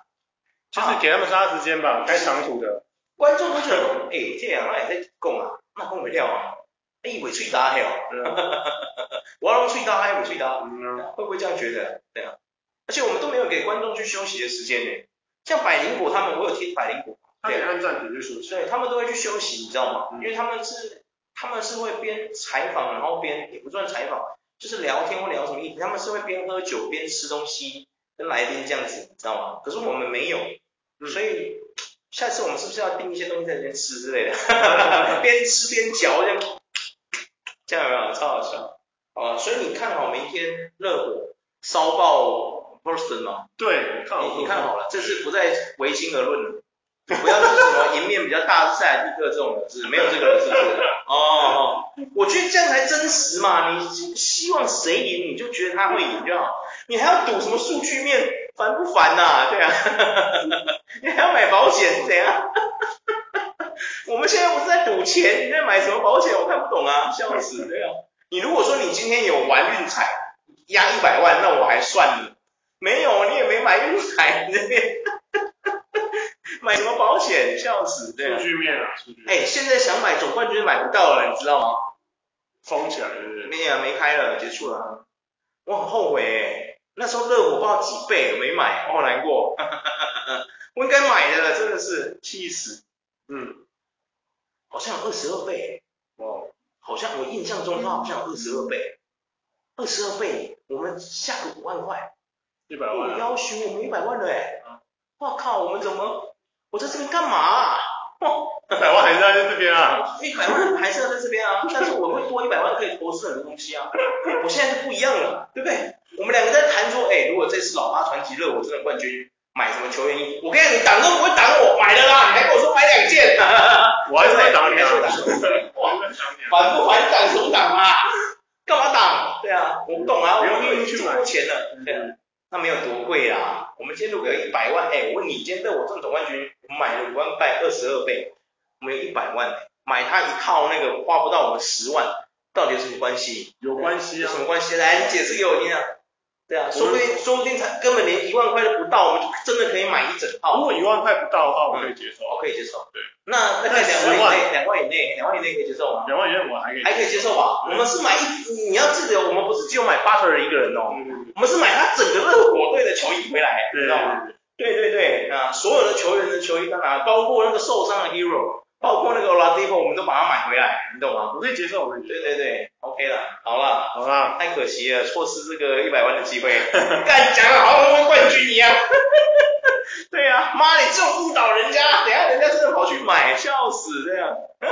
S2: 就是给他们杀时间吧，该长途的，
S1: 观众会觉得说，哎、这两个人在讲啊，那讲袂了啊，哎、伊袂喙焦嘿哦，
S2: 对啊，
S1: 我拢喙焦，还袂喙焦。
S2: 嗯啊
S1: 会不会这样觉得？对啊，而且我们都没有给观众去休息的时间呢。像百灵果他们，我有听百灵果，
S2: 他可以按暂停就休息，
S1: 对他们都会去休息，你知道吗？
S2: 嗯
S1: 因为他们是他们是会边采访，然后边也不算采访，就是聊天或聊什么议题，他们是会边喝酒边吃东西，跟来宾这样子，你知道吗？可是我们没有，
S2: 嗯
S1: 所以下次我们是不是要订一些东西在那边吃之类 的，边吃边嚼这样，这样有没有？超好笑。啊，所以你看好明天热火烧爆 Boston 吗？
S2: 对，看
S1: 哎你你看好了，这次不再唯心而论了，不要是什么赢面比较大是塞尔蒂克这种人，是没有这个人是不是？哦哦，我觉得这样才真实嘛，你希望谁赢你就觉得他会赢就好，你还要赌什么数据面烦不烦呐、对啊，你还要买保险是怎样？ 我们现在不是在赌钱，你在买什么保险？我看不懂啊，笑死！对啊，你如果说你今天有玩运彩压一百万，那我还算你。没有，你也没买运彩，你这边 买什么保险？笑死，对啊
S2: 数。据面啊，数据面
S1: 哎、现在想买总冠军买不到了，你知道吗？
S2: 封起来，对不对？
S1: 那个没开了，结束了啊。我很后悔、欸，那时候热火不知道几倍，没买，我好难过。 我应该买的了，真的是气死。
S2: 嗯，
S1: 好像二十二倍，
S2: 哦，
S1: 好像我印象中他好像二十二倍，二十二倍，我们下个五万块，
S2: 一百
S1: 我
S2: 万啊，
S1: 要求我们一百万了哎
S2: 嗯，
S1: 我靠，我们怎么，我在这边干嘛啊？哦，
S2: 一百万还是在这边啊，
S1: 一百万还是要在这边啊， 但是我会多一百万可以投资很多东西 啊，我现在是不一样了，对不对？我们两个在谈说，哎，如果这次老八传奇热火真的冠军，买什么球员衣？我跟你讲，你挡都不会挡我，买了啦，你还跟我说买两件，啊
S2: 我还是在挡你啊，
S1: 还是会挡
S2: 我还是在挡你啊，
S1: 反不反挡什么挡啊？干嘛挡？对啊，我不懂啊，我
S2: 不用
S1: 们
S2: 硬去买
S1: 多钱了，对啊，那没有多贵啊。我们今天如果有一百万，哎，我问你，今天被我中总冠军，我买了五万块，二十二倍，我们有一百万，买它一套那个花不到我们十万，到底有什么关系？
S2: 有关系
S1: 有
S2: 啊
S1: 什，么关系？来，你解释给我听啊。对啊，
S2: 我们
S1: 说不定说不定才根本连一万块都不到，我们就真的可以买一整
S2: 如
S1: 套，
S2: 果一万块不到的话，我可以接受，
S1: 我可以接受。
S2: 对，
S1: 那那个两万
S2: 那10
S1: 以
S2: 万
S1: 内，两万以内，两万以内可以接受吗？
S2: 两万元我还可以，
S1: 还可以接受吧。我们是买一，你要记得，我们不是只有买巴特尔一个人哦，
S2: 嗯，
S1: 我们是买他整个热火队的球衣回来，你
S2: 对
S1: 知道吗？
S2: 对
S1: 对对对，啊，所有的球员的球衣他拿，包括那个受伤的 Hero，包括那个 Oladipo，我们都把它买回来，你懂吗？
S2: 我可以接受，我可以接受，
S1: 对对对，OK 了，好了。
S2: 好吧，
S1: 太可惜了，错失这个一百万的机会。 干讲的好像我们冠军一样。 对啊，妈，你这种误导人家，等一下人家真的跑去买，笑死这样。啊